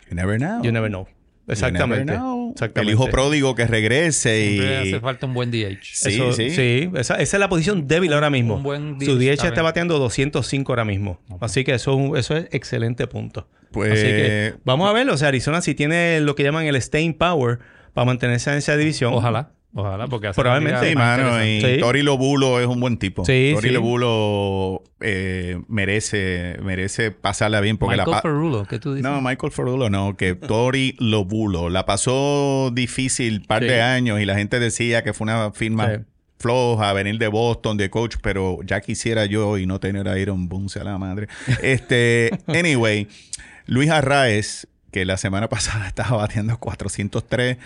Speaker 2: You never know.
Speaker 1: You never know.
Speaker 2: You never
Speaker 1: Exactamente.
Speaker 2: know.
Speaker 1: Exactamente.
Speaker 2: El hijo pródigo que regrese y...
Speaker 3: Siempre hace falta un buen DH.
Speaker 2: Sí,
Speaker 1: Eso-
Speaker 2: sí.
Speaker 1: esa, esa es la posición débil ahora mismo.
Speaker 3: un buen
Speaker 1: Su
Speaker 3: DH
Speaker 1: DH está
Speaker 3: también.
Speaker 1: bateando 205 ahora mismo. Así que eso, es un- eso es excelente punto.
Speaker 2: Pues-
Speaker 1: Así que vamos a ver. O sea, Arizona si tiene lo que llaman el staying power para mantenerse en esa división.
Speaker 3: Ojalá, ojalá, porque hace
Speaker 1: Probablemente,
Speaker 3: una
Speaker 2: Sí,
Speaker 3: liga más
Speaker 2: mano, y
Speaker 3: ah, interesante.
Speaker 1: interesante. Sí.
Speaker 2: Tori Lobulo es un buen tipo.
Speaker 1: Sí,
Speaker 2: Tori
Speaker 1: sí.
Speaker 2: Lobulo eh, merece, merece pasarla bien porque
Speaker 3: Michael
Speaker 2: la pa-
Speaker 3: Ferrulo, ¿qué tú dices?
Speaker 2: No, Michael Ferrulo no, que Tori Lobulo la pasó difícil par
Speaker 1: Sí.
Speaker 2: de años y la gente decía que fue una firma
Speaker 1: Sí.
Speaker 2: floja, venir de Boston de coach, pero ya quisiera yo y no tener a Iron Boone, sea la madre. Este, anyway, Luis Arraez, que la semana pasada estaba batiendo 403,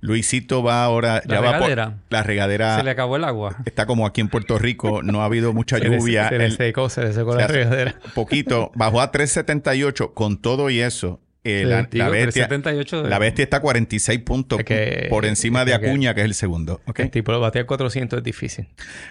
Speaker 2: Luisito va ahora
Speaker 3: La
Speaker 2: va por-
Speaker 3: regadera.
Speaker 2: la regadera
Speaker 3: Se le acabó el agua.
Speaker 2: está como aquí en Puerto Rico, no ha habido mucha
Speaker 1: Se le-
Speaker 2: lluvia.
Speaker 1: Se le
Speaker 2: El-
Speaker 1: secó, se le secó
Speaker 2: se
Speaker 1: la
Speaker 2: hace-
Speaker 1: regadera.
Speaker 2: poquito, bajó a 378 con todo y eso. eh,
Speaker 1: Sí,
Speaker 2: la,
Speaker 1: digo,
Speaker 2: la bestia,
Speaker 3: 378 de-
Speaker 2: la bestia está a 46 puntos
Speaker 1: Es que-
Speaker 2: por encima de
Speaker 1: es que-
Speaker 2: Acuña, que es el segundo. ¿ok?
Speaker 1: El tipo batear 400 es difícil.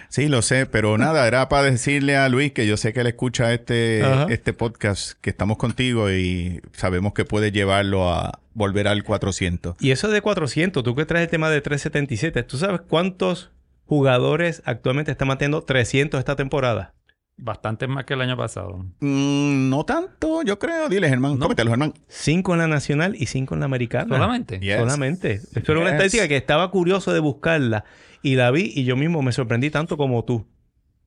Speaker 2: Sí, lo sé,
Speaker 1: Ah.
Speaker 2: pero nada, era para decirle a Luis que yo sé que él escucha este,
Speaker 1: Ajá.
Speaker 2: este podcast, que estamos contigo y sabemos que puede llevarlo a volver al 400.
Speaker 1: Y eso de 400, tú que traes el tema de 377, ¿tú sabes cuántos jugadores actualmente están manteniendo 300 esta temporada?
Speaker 3: Bastante más que el año pasado.
Speaker 2: Mm, no tanto, yo creo. Dile, Germán,
Speaker 3: No.
Speaker 2: cómetelo, Germán.
Speaker 1: 5 en la nacional y 5 en la americana.
Speaker 3: Solamente.
Speaker 2: Yes.
Speaker 1: Solamente. Esto era una
Speaker 2: Yes.
Speaker 1: estadística que estaba curioso de buscarla y la vi y yo mismo me sorprendí tanto como tú.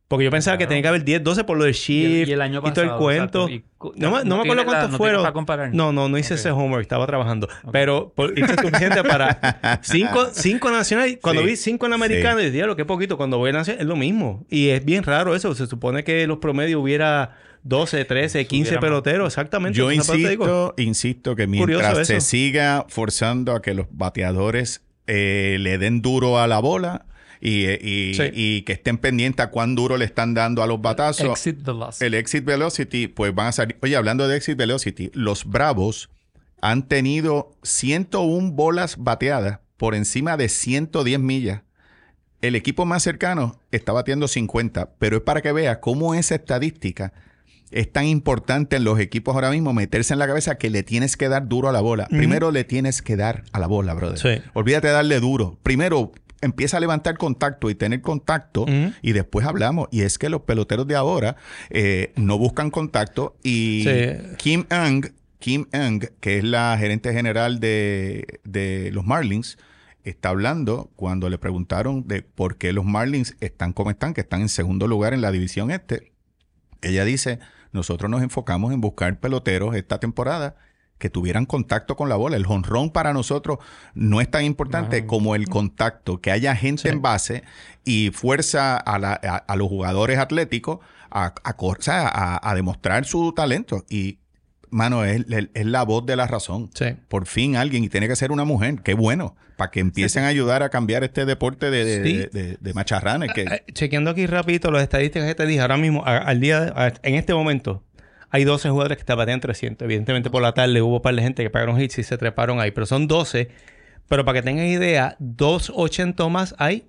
Speaker 1: Porque yo pensaba que
Speaker 3: Claro.
Speaker 1: tenía que haber 10, 12 por lo de
Speaker 3: Y, el-
Speaker 1: Shift
Speaker 3: y el año
Speaker 1: y todo
Speaker 3: pasado.
Speaker 1: el cuento.
Speaker 3: exacto, y cu-
Speaker 1: No me- no me acuerdo
Speaker 3: tienes
Speaker 1: cuántos
Speaker 3: no tienes
Speaker 1: fueron.
Speaker 3: para comparar.
Speaker 1: No, no, no hice
Speaker 3: Ok.
Speaker 1: ese homework, estaba trabajando. Pero por, hice suficiente para cinco, cinco nacionales. Cuando
Speaker 2: Sí.
Speaker 1: vi cinco en americano, dije, lo que poquito. Cuando voy a nacional, es lo mismo. Y es bien raro eso. Se supone que los promedios hubiera 12, 13, 15
Speaker 3: Subiera más.
Speaker 1: peloteros. Exactamente.
Speaker 2: Yo
Speaker 1: Esa parte digo,
Speaker 2: insisto, insisto que
Speaker 1: Curioso
Speaker 2: mientras se
Speaker 1: eso.
Speaker 2: siga forzando a que los bateadores eh, le den duro a la bola y, eh, y-
Speaker 1: Sí.
Speaker 2: y que estén pendientes a cuán duro le están dando a los batazos,
Speaker 3: Exit Velocity.
Speaker 2: el exit velocity, pues van a salir. Oye, hablando de exit velocity, los Bravos han tenido 101 bolas bateadas por encima de 110 millas. El equipo más cercano está batiendo 50, pero es para que veas cómo esa estadística es tan importante en los equipos ahora mismo meterse en la cabeza que le tienes que dar duro a la bola. Primero le tienes que dar a la bola, brother.
Speaker 1: Sí.
Speaker 2: Olvídate de darle duro. Primero empieza a levantar contacto y tener contacto
Speaker 1: Ujú.
Speaker 2: y después hablamos. Y es que los peloteros de ahora eh, no buscan contacto y
Speaker 1: Sí.
Speaker 2: Kim Ang, Kim Ang, que es la gerente general de, de los Marlins, está hablando cuando le preguntaron de por qué los Marlins están como están, que están en segundo lugar en la división este. Ella dice, nosotros nos enfocamos en buscar peloteros esta temporada que tuvieran contacto con la bola. El jonrón para nosotros no es tan importante
Speaker 3: Ajá.
Speaker 2: como el contacto, que haya gente
Speaker 3: Sí.
Speaker 2: en base y fuerza a, la- a- a los jugadores atléticos a, a cor- o sea, a- a demostrar su talento. Y, mano, es, es- es la voz de la razón.
Speaker 4: Sí.
Speaker 2: Por fin alguien, y tiene que ser una mujer, qué bueno, para que empiecen a ayudar a cambiar este deporte de, de,
Speaker 1: Sí.
Speaker 2: de- de- de macharranes. Que,
Speaker 1: Eh, Chequeando aquí rapidito las estadísticas que te dije, ahora mismo, a- al día, de- a- en este momento, hay 12 jugadores que te batean 300. Evidentemente por la tarde hubo un par de gente que pagaron hits y se treparon ahí, pero son 12. Pero para que tengan idea, 280 más hay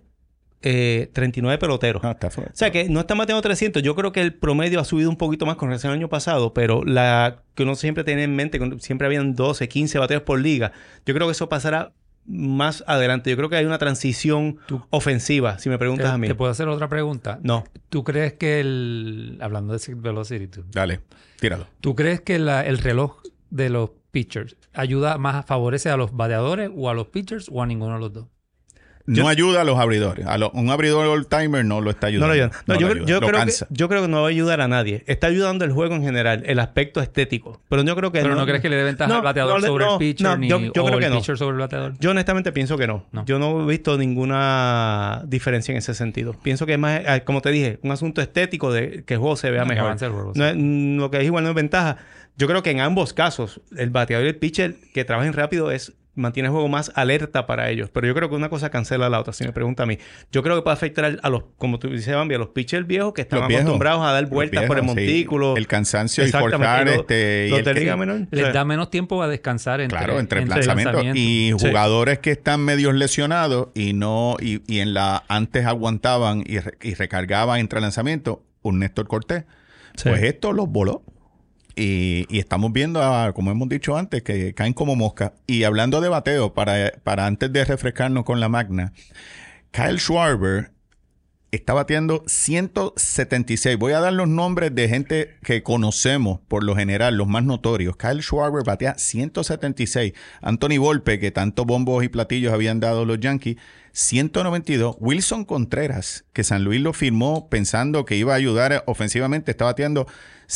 Speaker 1: eh, 39 peloteros.
Speaker 2: Ah, está fuerte.
Speaker 1: O sea que no están bateando 300. Yo creo que el promedio ha subido un poquito más con relación al año pasado, pero la que uno siempre tiene en mente, que siempre habían 12, 15 bateos por liga. Yo creo que eso pasará más adelante. Yo creo que hay una transición
Speaker 3: Tú-
Speaker 1: ofensiva, si me
Speaker 3: Te,
Speaker 1: preguntas a mí.
Speaker 3: te puedo hacer otra pregunta.
Speaker 1: No.
Speaker 3: ¿Tú crees que el. Hablando de Six Velocity, tú,
Speaker 2: Dale, tíralo.
Speaker 3: ¿tú crees que la- el reloj de los pitchers ayuda más, favorece a los bateadores o a los pitchers o a ninguno de los dos?
Speaker 2: No ayuda a los abridores. A lo- un abridor all timer no lo
Speaker 1: No
Speaker 2: está ayudando.
Speaker 1: lo ayudan. No,
Speaker 2: No
Speaker 1: yo,
Speaker 2: lo
Speaker 1: creo-
Speaker 2: ayuda,
Speaker 1: yo
Speaker 2: lo
Speaker 1: creo que,
Speaker 2: cansa.
Speaker 1: yo creo que no va a ayudar a nadie. Está ayudando el juego en general, el aspecto estético. Pero yo creo que
Speaker 3: Pero no, crees que le dé ventaja
Speaker 1: no,
Speaker 3: al bateador
Speaker 1: no le-
Speaker 3: sobre
Speaker 1: no,
Speaker 3: el pitcher
Speaker 1: no,
Speaker 3: ni
Speaker 1: yo- yo
Speaker 3: o
Speaker 1: creo
Speaker 3: el
Speaker 1: que no.
Speaker 3: pitcher sobre el bateador.
Speaker 1: Yo honestamente pienso que no.
Speaker 3: No.
Speaker 1: Yo no he visto ninguna diferencia en ese sentido. Pienso que es más, eh, como te dije, un asunto estético de que el juego se vea
Speaker 3: Que
Speaker 1: mejor.
Speaker 3: avance el juego, sí.
Speaker 1: No es- mm, lo que es igual no es ventaja. Yo creo que en ambos casos, el bateador y el pitcher que trabajen rápido es mantiene el juego más alerta para ellos. Pero yo creo que una cosa cancela a la otra, si me pregunta a mí. Yo creo que puede afectar al- a los, como tú dices, Bambi, a los pitchers viejos que están
Speaker 2: Los viejos.
Speaker 1: acostumbrados a dar
Speaker 2: Los
Speaker 1: vueltas por el
Speaker 2: viejos, sí.
Speaker 1: montículo.
Speaker 2: El cansancio y
Speaker 1: Exactamente.
Speaker 2: forzar
Speaker 1: Y lo-
Speaker 2: este. y
Speaker 1: los
Speaker 2: el
Speaker 1: de
Speaker 2: que-
Speaker 1: liga menor.
Speaker 3: Les
Speaker 1: O sea,
Speaker 3: da menos tiempo a descansar entre,
Speaker 2: Claro, entre,
Speaker 3: entre
Speaker 2: lanzamientos. Y
Speaker 1: Sí.
Speaker 2: jugadores que están medios lesionados y no, y, y en la antes aguantaban y, re- y recargaban entre lanzamientos, un Néstor Cortés.
Speaker 1: Sí.
Speaker 2: Pues esto los voló. Y, y estamos viendo, a- como hemos dicho antes, que caen como mosca. Y hablando de bateo, para, para antes de refrescarnos con la magna, Kyle Schwarber está bateando 176. Voy a dar los nombres de gente que conocemos por lo general, los más notorios. Kyle Schwarber batea 176. Anthony Volpe, que tantos bombos y platillos habían dado los Yankees, 192. Wilson Contreras, que San Luis lo firmó pensando que iba a ayudar ofensivamente, está bateando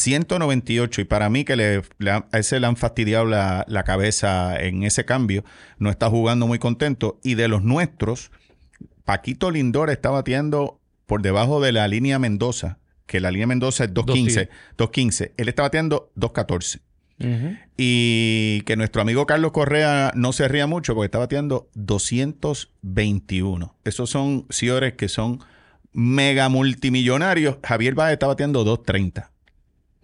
Speaker 2: 198. Y para mí que le, le han- a ese le han fastidiado la, la cabeza en ese cambio. No está jugando muy contento. Y de los nuestros, Paquito Lindor está bateando por debajo de la línea Mendoza, que la línea Mendoza es 215. 215. Él está bateando 214.
Speaker 1: Ujú.
Speaker 2: Y que nuestro amigo Carlos Correa no se ría mucho porque está bateando 221. Esos son señores que son mega multimillonarios. Javier Báez está bateando 230.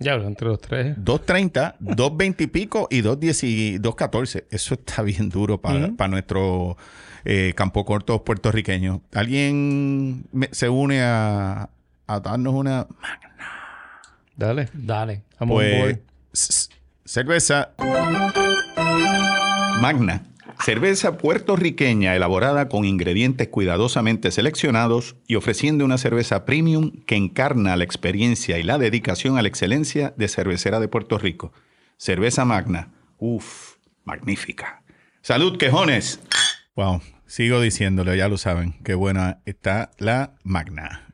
Speaker 4: Ya, pero entre los tres.
Speaker 2: 230, 220 y pico y 210 214. Eso está bien duro para,
Speaker 1: Ujú.
Speaker 2: para nuestro eh, campo corto puertorriqueño. ¿Alguien me- se une a, a darnos una
Speaker 4: Dale.
Speaker 3: Dale.
Speaker 4: Vamos
Speaker 2: pues, s- s- cerveza Magna? Cerveza puertorriqueña elaborada con ingredientes cuidadosamente seleccionados y ofreciendo una cerveza premium que encarna la experiencia y la dedicación a la excelencia de cervecera de Puerto Rico. Cerveza Magna. Uf, magnífica. Salud, quejones. Wow, sigo diciéndolo, ya lo saben. Qué buena está la Magna.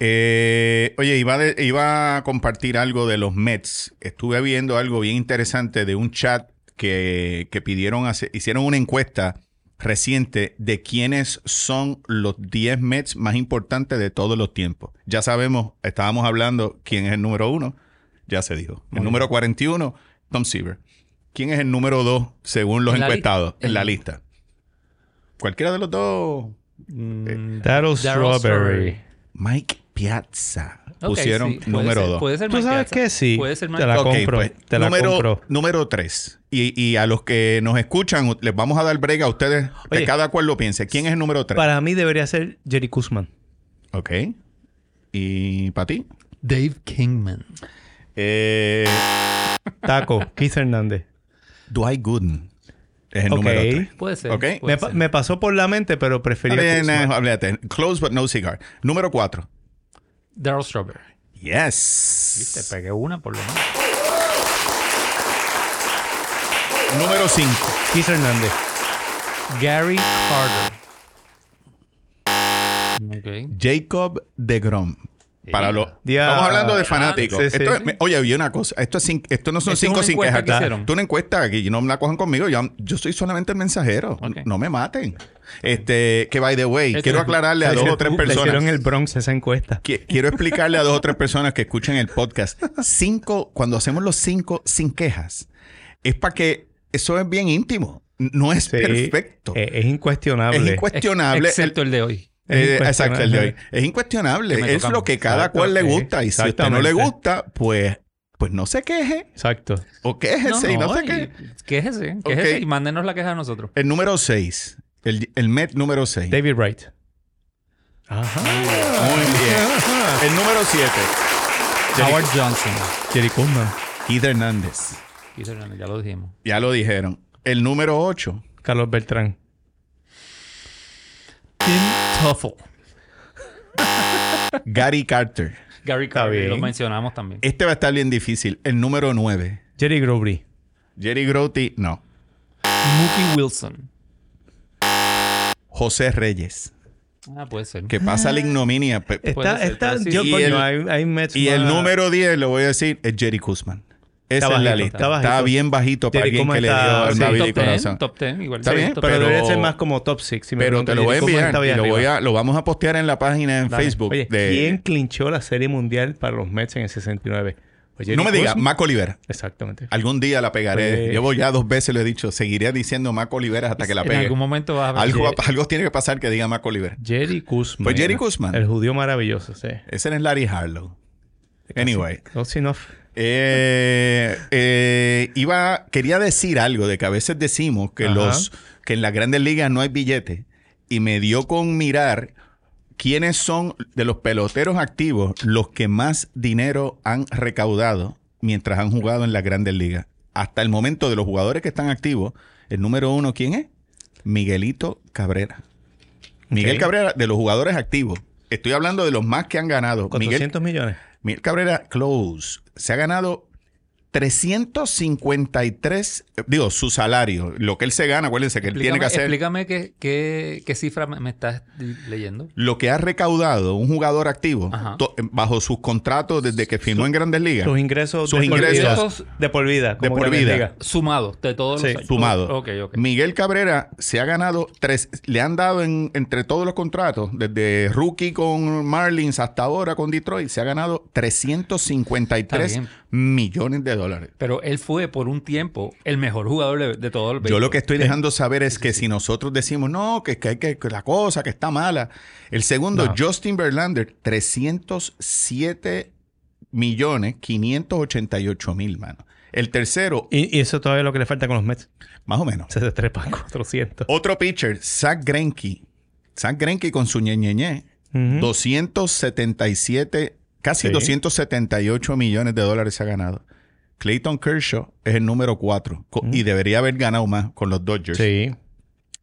Speaker 2: Eh, oye, iba, de- iba a compartir algo de los Mets. Estuve viendo algo bien interesante de un chat que, que pidieron, hacer- hicieron una encuesta reciente de quiénes son los 10 Mets más importantes de todos los tiempos. Ya sabemos, estábamos hablando quién es el número uno, ya se dijo. El número 41, Tom Seaver. ¿Quién es el número 2 según los
Speaker 3: En la
Speaker 2: encuestados
Speaker 3: lista.
Speaker 2: en la lista? Cualquiera de los dos.
Speaker 3: Mm,
Speaker 1: eh, Daryl
Speaker 3: Daryl
Speaker 1: Strawberry.
Speaker 2: Mike Piazza.
Speaker 3: Ok,
Speaker 2: pusieron
Speaker 3: sí, puede
Speaker 2: número
Speaker 3: ser-
Speaker 2: 2.
Speaker 3: Puede ser
Speaker 1: ¿Tú
Speaker 3: Mike
Speaker 1: sabes
Speaker 3: Piazza.
Speaker 1: qué? Sí.
Speaker 3: Puede ser
Speaker 1: Te
Speaker 3: Mike
Speaker 1: la
Speaker 2: Ok,
Speaker 1: compro.
Speaker 2: pues,
Speaker 1: te la
Speaker 2: número,
Speaker 1: compro.
Speaker 2: Número 3. Y, y a los que nos escuchan, les vamos a dar break a ustedes. que
Speaker 1: Oye.
Speaker 2: cada cual lo piense. ¿Quién es el número 3?
Speaker 1: Para mí debería ser Jerry Kuzman.
Speaker 2: Ok. ¿Y para ti?
Speaker 3: Dave Kingman.
Speaker 2: Eh,
Speaker 1: Taco, Keith Hernández.
Speaker 2: Dwight Gooden. Es el
Speaker 1: Ok.
Speaker 2: número 3.
Speaker 3: Puede ser.
Speaker 2: Ok.
Speaker 3: puede
Speaker 1: Me, pa-
Speaker 3: ser.
Speaker 1: me pasó por la mente, pero preferí
Speaker 2: eh, Close but no cigar. Número 4.
Speaker 3: Daryl Strawberry. Te
Speaker 2: Yes.
Speaker 3: pegué una por lo menos.
Speaker 2: Número 5.
Speaker 1: Keith Hernández.
Speaker 3: Gary Carter. Ok.
Speaker 2: Jacob DeGrom. Para los...
Speaker 1: Ya.
Speaker 2: Estamos hablando de fanáticos.
Speaker 1: Sí, sí.
Speaker 2: Esto es- me- oye, había una cosa. Esto, es sin- esto no son
Speaker 3: Esto es
Speaker 2: cinco
Speaker 3: una
Speaker 2: sin
Speaker 3: encuesta
Speaker 2: quejas.
Speaker 3: que
Speaker 2: Esto-
Speaker 3: hicieron.
Speaker 2: esto es una encuesta aquí. y No la cojan conmigo. Yo, yo soy solamente el mensajero.
Speaker 3: Ok.
Speaker 2: No me maten. Este... Que, by the way,
Speaker 3: Esto
Speaker 2: quiero
Speaker 3: es-
Speaker 2: aclararle a dos o tres
Speaker 1: Le hicieron
Speaker 2: personas...
Speaker 1: el Bronx esa encuesta.
Speaker 2: Qui- Quiero explicarle a dos o tres personas que escuchen el podcast. Cinco, cuando hacemos los cinco sin quejas, es para que eso es bien íntimo. No es
Speaker 1: Sí.
Speaker 2: perfecto.
Speaker 1: Eh, es incuestionable.
Speaker 2: Es incuestionable.
Speaker 3: Excepto el de hoy.
Speaker 2: El- eh,
Speaker 1: es
Speaker 2: exacto, el de hoy.
Speaker 1: incuestionable.
Speaker 2: Es incuestionable.
Speaker 3: Que me
Speaker 2: Es
Speaker 3: tocamos.
Speaker 2: lo que cada
Speaker 1: Exacto,
Speaker 2: cual le
Speaker 1: sí.
Speaker 2: gusta. Y si a usted no le
Speaker 1: Exactamente.
Speaker 2: gusta, pues, pues no se queje.
Speaker 1: Exacto.
Speaker 2: O quéjese y no se
Speaker 3: y-
Speaker 2: queje.
Speaker 3: Quéjese,
Speaker 2: Ok.
Speaker 3: quéjese y mándenos la queja a nosotros.
Speaker 2: El número 6. El, el Met número 6. Muy bien.
Speaker 1: David Wright. Ajá.
Speaker 2: El número 7.
Speaker 3: Howard Johnson.
Speaker 1: Jerry Kuzman.
Speaker 2: Keith Hernández.
Speaker 3: Keith Hernández, Ya lo dijimos.
Speaker 2: Ya lo dijeron. El número 8.
Speaker 1: Carlos Beltrán.
Speaker 3: Tim Tuffle.
Speaker 2: Gary Carter.
Speaker 3: Gary
Speaker 1: Está
Speaker 3: Carter. Lo
Speaker 1: bien.
Speaker 3: mencionamos también.
Speaker 2: Este va a estar bien difícil. El número 9.
Speaker 1: Jerry Grovery.
Speaker 2: Jerry Groti, no.
Speaker 3: Mookie Wilson.
Speaker 2: José Reyes.
Speaker 3: Ah, puede ser.
Speaker 2: Que pasa la ignominia. pe-
Speaker 1: Está,
Speaker 3: Puede ser,
Speaker 1: está,
Speaker 3: puede ser.
Speaker 1: yo,
Speaker 2: Y
Speaker 1: coño,
Speaker 2: el-
Speaker 1: hay, hay Mets
Speaker 2: Y el
Speaker 1: más-
Speaker 2: número 10, lo voy a decir, es Jerry Kuzman.
Speaker 1: Está
Speaker 2: Esa es la
Speaker 1: bajito,
Speaker 2: lista.
Speaker 1: está
Speaker 2: Está,
Speaker 1: bajito.
Speaker 2: bien bajito para
Speaker 1: Jerry
Speaker 2: alguien
Speaker 1: Kuzman
Speaker 2: que le dio
Speaker 1: está-
Speaker 2: al
Speaker 1: sí,
Speaker 2: Navidad
Speaker 3: top
Speaker 2: y
Speaker 3: 10,
Speaker 2: corazón.
Speaker 3: top 10, igual.
Speaker 2: Está
Speaker 3: sí,
Speaker 2: bien,
Speaker 3: top
Speaker 1: Pero,
Speaker 3: 10.
Speaker 2: pero-
Speaker 1: debería ser más como top 6.
Speaker 2: Pero te lo voy a enviar y lo, voy
Speaker 1: a...
Speaker 2: a, lo vamos a postear en la página en Facebook.
Speaker 1: Oye,
Speaker 2: de-
Speaker 1: ¿quién clinchó la Serie Mundial para los Mets en el 69? Pues Jerry
Speaker 2: no me digas,
Speaker 1: Kuzman.
Speaker 2: Mac Olivera.
Speaker 1: Exactamente.
Speaker 2: Algún día la pegaré.
Speaker 1: Oye.
Speaker 2: Llevo ya dos veces lo he dicho. Seguiré diciendo Mac Olivera hasta que la
Speaker 3: En
Speaker 2: pegue.
Speaker 3: algún momento vas a ver.
Speaker 2: Algo, algo tiene que pasar que diga Mac Olivera.
Speaker 1: Jerry Kuzman.
Speaker 2: Pues Jerry Kuzman.
Speaker 1: El judío maravilloso, sí.
Speaker 2: Ese es Larry Harlow. Anyway.
Speaker 1: No, si no-
Speaker 2: Eh, eh, iba, quería decir algo de que a veces decimos que
Speaker 1: Ajá.
Speaker 2: los que en las grandes ligas no hay billete y me dio con mirar quiénes son de los peloteros activos los que más dinero han recaudado mientras han jugado en las grandes ligas. Hasta el momento de los jugadores que están activos, el número uno, ¿quién es? Miguelito Cabrera. Miguel
Speaker 1: Ok.
Speaker 2: Cabrera, de los jugadores activos. Estoy hablando de los más que han ganado. Miguel
Speaker 1: 400 millones.
Speaker 2: Miguel Cabrera Close se ha ganado 353, eh, digo, su salario, lo que él se gana, acuérdense que él tiene que hacer
Speaker 3: Explícame qué, qué, qué cifra me, me estás di- leyendo.
Speaker 2: lo que ha recaudado un jugador activo
Speaker 3: Ajá.
Speaker 2: to- eh, bajo sus contratos desde que firmó en Grandes Ligas.
Speaker 1: Sus ingresos.
Speaker 2: Sus
Speaker 1: de por
Speaker 2: ingresos.
Speaker 1: vida. De por vida. como
Speaker 2: De por
Speaker 1: que me
Speaker 2: vida.
Speaker 1: diga.
Speaker 3: Sumados de todos
Speaker 1: Sí,
Speaker 3: los años.
Speaker 2: sumado.
Speaker 3: Ok, ok.
Speaker 2: Miguel Cabrera se ha ganado tres, le han dado en- entre todos los contratos, desde rookie con Marlins hasta ahora con Detroit, se ha ganado 353
Speaker 3: Está bien.
Speaker 2: millones de dólares.
Speaker 3: Pero él fue por un tiempo el mejor jugador de, de todo el
Speaker 2: Yo
Speaker 3: béisbol.
Speaker 2: lo que
Speaker 1: eh,
Speaker 2: estoy dejando saber es que si nosotros decimos, no, que, que, hay que- que la cosa, que está mala. El segundo,
Speaker 1: No.
Speaker 2: Justin Verlander, 307 millones 588 mil, mano. El tercero,
Speaker 1: Y, y eso todavía es lo que le falta con los Mets.
Speaker 2: más o menos.
Speaker 1: Se te trepa a 400.
Speaker 2: Otro pitcher, Zach Greinke. Zach Greinke con su ñe, ñe, ñe,
Speaker 1: Ujú.
Speaker 2: 277, casi
Speaker 1: Sí.
Speaker 2: 278 millones de dólares se ha ganado. Clayton Kershaw es el número 4 y debería haber ganado más con los Dodgers.
Speaker 1: Sí.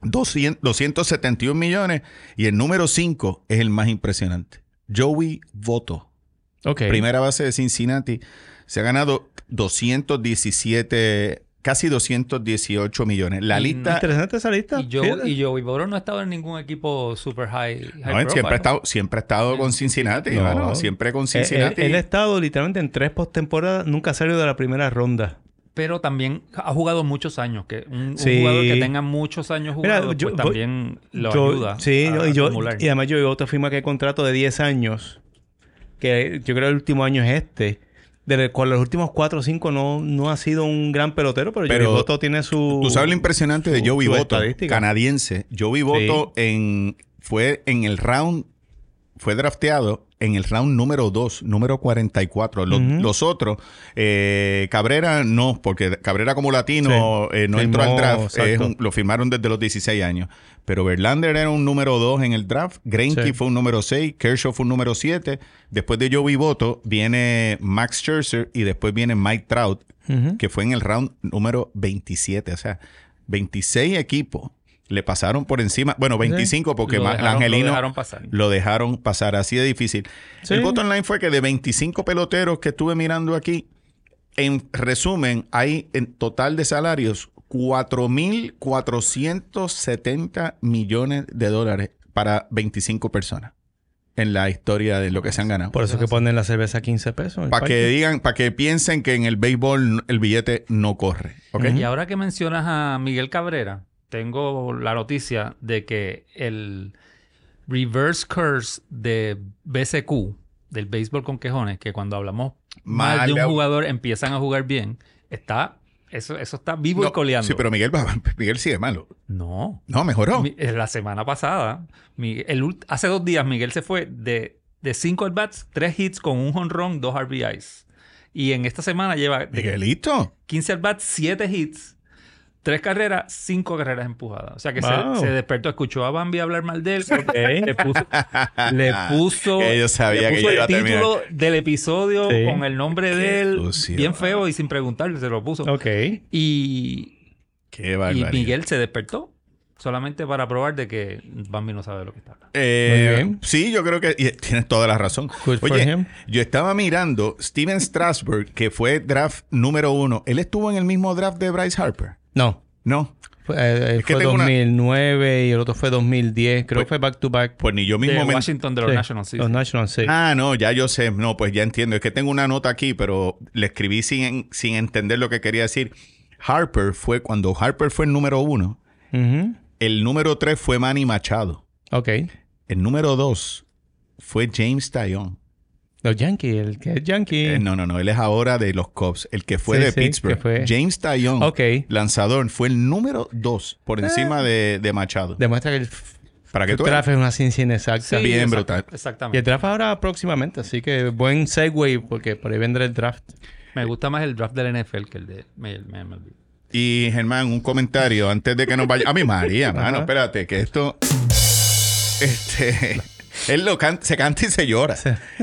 Speaker 2: 200 271 millones y el número 5 es el más impresionante. Joey Votto,
Speaker 1: Ok.
Speaker 2: primera base de Cincinnati, se ha ganado 217, casi 218 millones. La
Speaker 3: Y
Speaker 2: lista
Speaker 1: Mm, Interesante esa lista.
Speaker 3: Y yo,
Speaker 1: Fíjate.
Speaker 3: y Joey Boro no ha estado en ningún equipo super high. high
Speaker 2: no, él siempre, ha
Speaker 3: profile.
Speaker 2: estado, siempre ha estado con Cincinnati,
Speaker 1: No.
Speaker 2: mano, siempre con
Speaker 1: Eh, él,
Speaker 2: Cincinnati.
Speaker 1: él ha estado literalmente en tres postemporadas, nunca salió de la primera ronda.
Speaker 3: Pero también ha jugado muchos años. Que un, un
Speaker 1: Sí.
Speaker 3: jugador que tenga muchos años
Speaker 1: Mira,
Speaker 3: jugando
Speaker 1: yo-
Speaker 3: pues, también lo
Speaker 1: Yo-
Speaker 3: ayuda.
Speaker 1: Sí,
Speaker 3: a
Speaker 1: yo- y, yo,
Speaker 3: acumular.
Speaker 1: y además yo y otro firma que hay contrato de 10 años, que yo creo el último año es este, del cual los últimos 4 o 5 no, no ha sido un gran pelotero, pero,
Speaker 2: Pero
Speaker 1: Joey Votto tiene su...
Speaker 2: Tú sabes lo impresionante de
Speaker 1: su-
Speaker 2: Joey
Speaker 1: su
Speaker 2: Votto,
Speaker 1: estadística.
Speaker 2: canadiense. Joey Votto en, fue en el round, fue drafteado en el round número 2, número 44. Los,
Speaker 1: Ujú.
Speaker 2: los otros, eh, Cabrera no, porque Cabrera como latino eh, no entró al
Speaker 1: Firmó,
Speaker 2: draft.
Speaker 1: exacto.
Speaker 2: Es un- lo firmaron desde los 16 años. Pero Verlander era un número 2 en el draft, Greinke
Speaker 1: Sí.
Speaker 2: fue un número 6, Kershaw fue un número 7. Después de Joey Votto viene Max Scherzer y después viene Mike Trout,
Speaker 1: Ujú.
Speaker 2: que fue en el round número 27. O sea, 26 equipos le pasaron por encima. Bueno, 25 porque
Speaker 3: Lo
Speaker 2: ma-
Speaker 3: dejaron-
Speaker 2: el
Speaker 3: lo
Speaker 2: angelino
Speaker 3: dejaron pasar.
Speaker 2: lo dejaron pasar. Así de difícil.
Speaker 1: Sí.
Speaker 2: El voto online fue que de 25 peloteros que estuve mirando aquí, en resumen, hay en total de salarios 4.470 millones de dólares para 25 personas. en la historia de lo que se han ganado.
Speaker 1: Por eso que ponen la cerveza a 15 pesos. en el
Speaker 2: Para que
Speaker 1: parque.
Speaker 2: digan, para que piensen que en el béisbol el billete no corre. ¿Ok?
Speaker 3: Y ahora que mencionas a Miguel Cabrera, tengo la noticia de que el reverse curse de BCQ, del béisbol con quejones, que cuando hablamos mal,
Speaker 2: Mal,
Speaker 3: de
Speaker 2: le-
Speaker 3: un jugador empiezan a jugar bien, está, eso, eso está vivo y
Speaker 2: No,
Speaker 3: coleando.
Speaker 2: Sí, pero Miguel, va- Miguel sigue malo.
Speaker 3: No.
Speaker 2: No, mejoró.
Speaker 3: Mi- eh, La semana pasada, Miguel- el ult- hace dos días, Miguel se fue de, de cinco at-bats, tres hits con un honrón, dos RBIs. Y en esta semana lleva
Speaker 2: Miguelito.
Speaker 3: 15 at-bats, 7 hits, 3 carreras, 5 carreras empujadas. O sea que se-
Speaker 1: Wow.
Speaker 3: se, despertó, escuchó a Bambi hablar mal de él. Le
Speaker 1: Ok.
Speaker 3: puso, le puso,
Speaker 2: Que yo sabía
Speaker 3: le
Speaker 2: que
Speaker 3: puso
Speaker 2: yo iba a
Speaker 3: el título del episodio
Speaker 1: Sí.
Speaker 3: con el nombre de él,
Speaker 2: sucio,
Speaker 3: bien
Speaker 2: mano.
Speaker 3: feo y sin preguntarle, se lo puso.
Speaker 1: Ok.
Speaker 3: Y,
Speaker 2: Qué
Speaker 3: y
Speaker 2: barbaridad.
Speaker 3: Miguel se despertó solamente para probar de que Bambi no sabe de lo que está hablando.
Speaker 2: Eh,
Speaker 1: Muy bien.
Speaker 2: sí, yo creo que y tienes toda la razón.
Speaker 3: Pues,
Speaker 1: Good for
Speaker 2: Oye,
Speaker 1: him.
Speaker 2: yo estaba mirando Steven Strasberg, que fue draft número uno. Él estuvo en el mismo draft de Bryce Harper.
Speaker 1: No.
Speaker 2: No,
Speaker 1: Fue, eh,
Speaker 2: Es que
Speaker 1: fue
Speaker 2: tengo una-
Speaker 1: 2009 y el otro fue 2010. Creo
Speaker 2: Pues-
Speaker 1: que fue back to back.
Speaker 2: pues ni yo
Speaker 3: De
Speaker 2: mismo me.
Speaker 3: Washington de los
Speaker 1: Sí.
Speaker 3: Nationals, sí.
Speaker 1: Los Nationals, sí.
Speaker 2: Ah, no, ya yo sé. No, pues ya entiendo. Es que tengo una nota aquí, pero le escribí sin, sin entender lo que quería decir. Harper fue cuando Harper fue el número uno.
Speaker 1: Ujú.
Speaker 2: El número tres fue Manny Machado.
Speaker 1: Ok.
Speaker 2: El número dos fue James Tyone.
Speaker 1: Los Yankees. El que es Yankee.
Speaker 2: Eh, no, no, no. Él es ahora de los Cubs. El que fue
Speaker 1: Sí,
Speaker 2: de
Speaker 1: sí,
Speaker 2: Pittsburgh.
Speaker 1: que fue-
Speaker 2: James Tyone,
Speaker 1: Ok.
Speaker 2: lanzador, fue el número dos por encima de, de Machado.
Speaker 1: Demuestra que el, f-
Speaker 2: Para que
Speaker 1: el
Speaker 2: tú
Speaker 1: draft es una ciencia
Speaker 3: Sí,
Speaker 1: inexacta.
Speaker 2: bien
Speaker 3: exact-
Speaker 2: brutal.
Speaker 1: Y
Speaker 3: Exactamente.
Speaker 1: el draft ahora próximamente. Así que buen segue porque por ahí vendrá el draft.
Speaker 3: Me gusta más el draft del NFL que el de me- me- MLB.
Speaker 2: Y Germán, un comentario antes de que nos vaya. A mi María, mano, espérate, que esto. Este. Él lo can- se canta y se llora.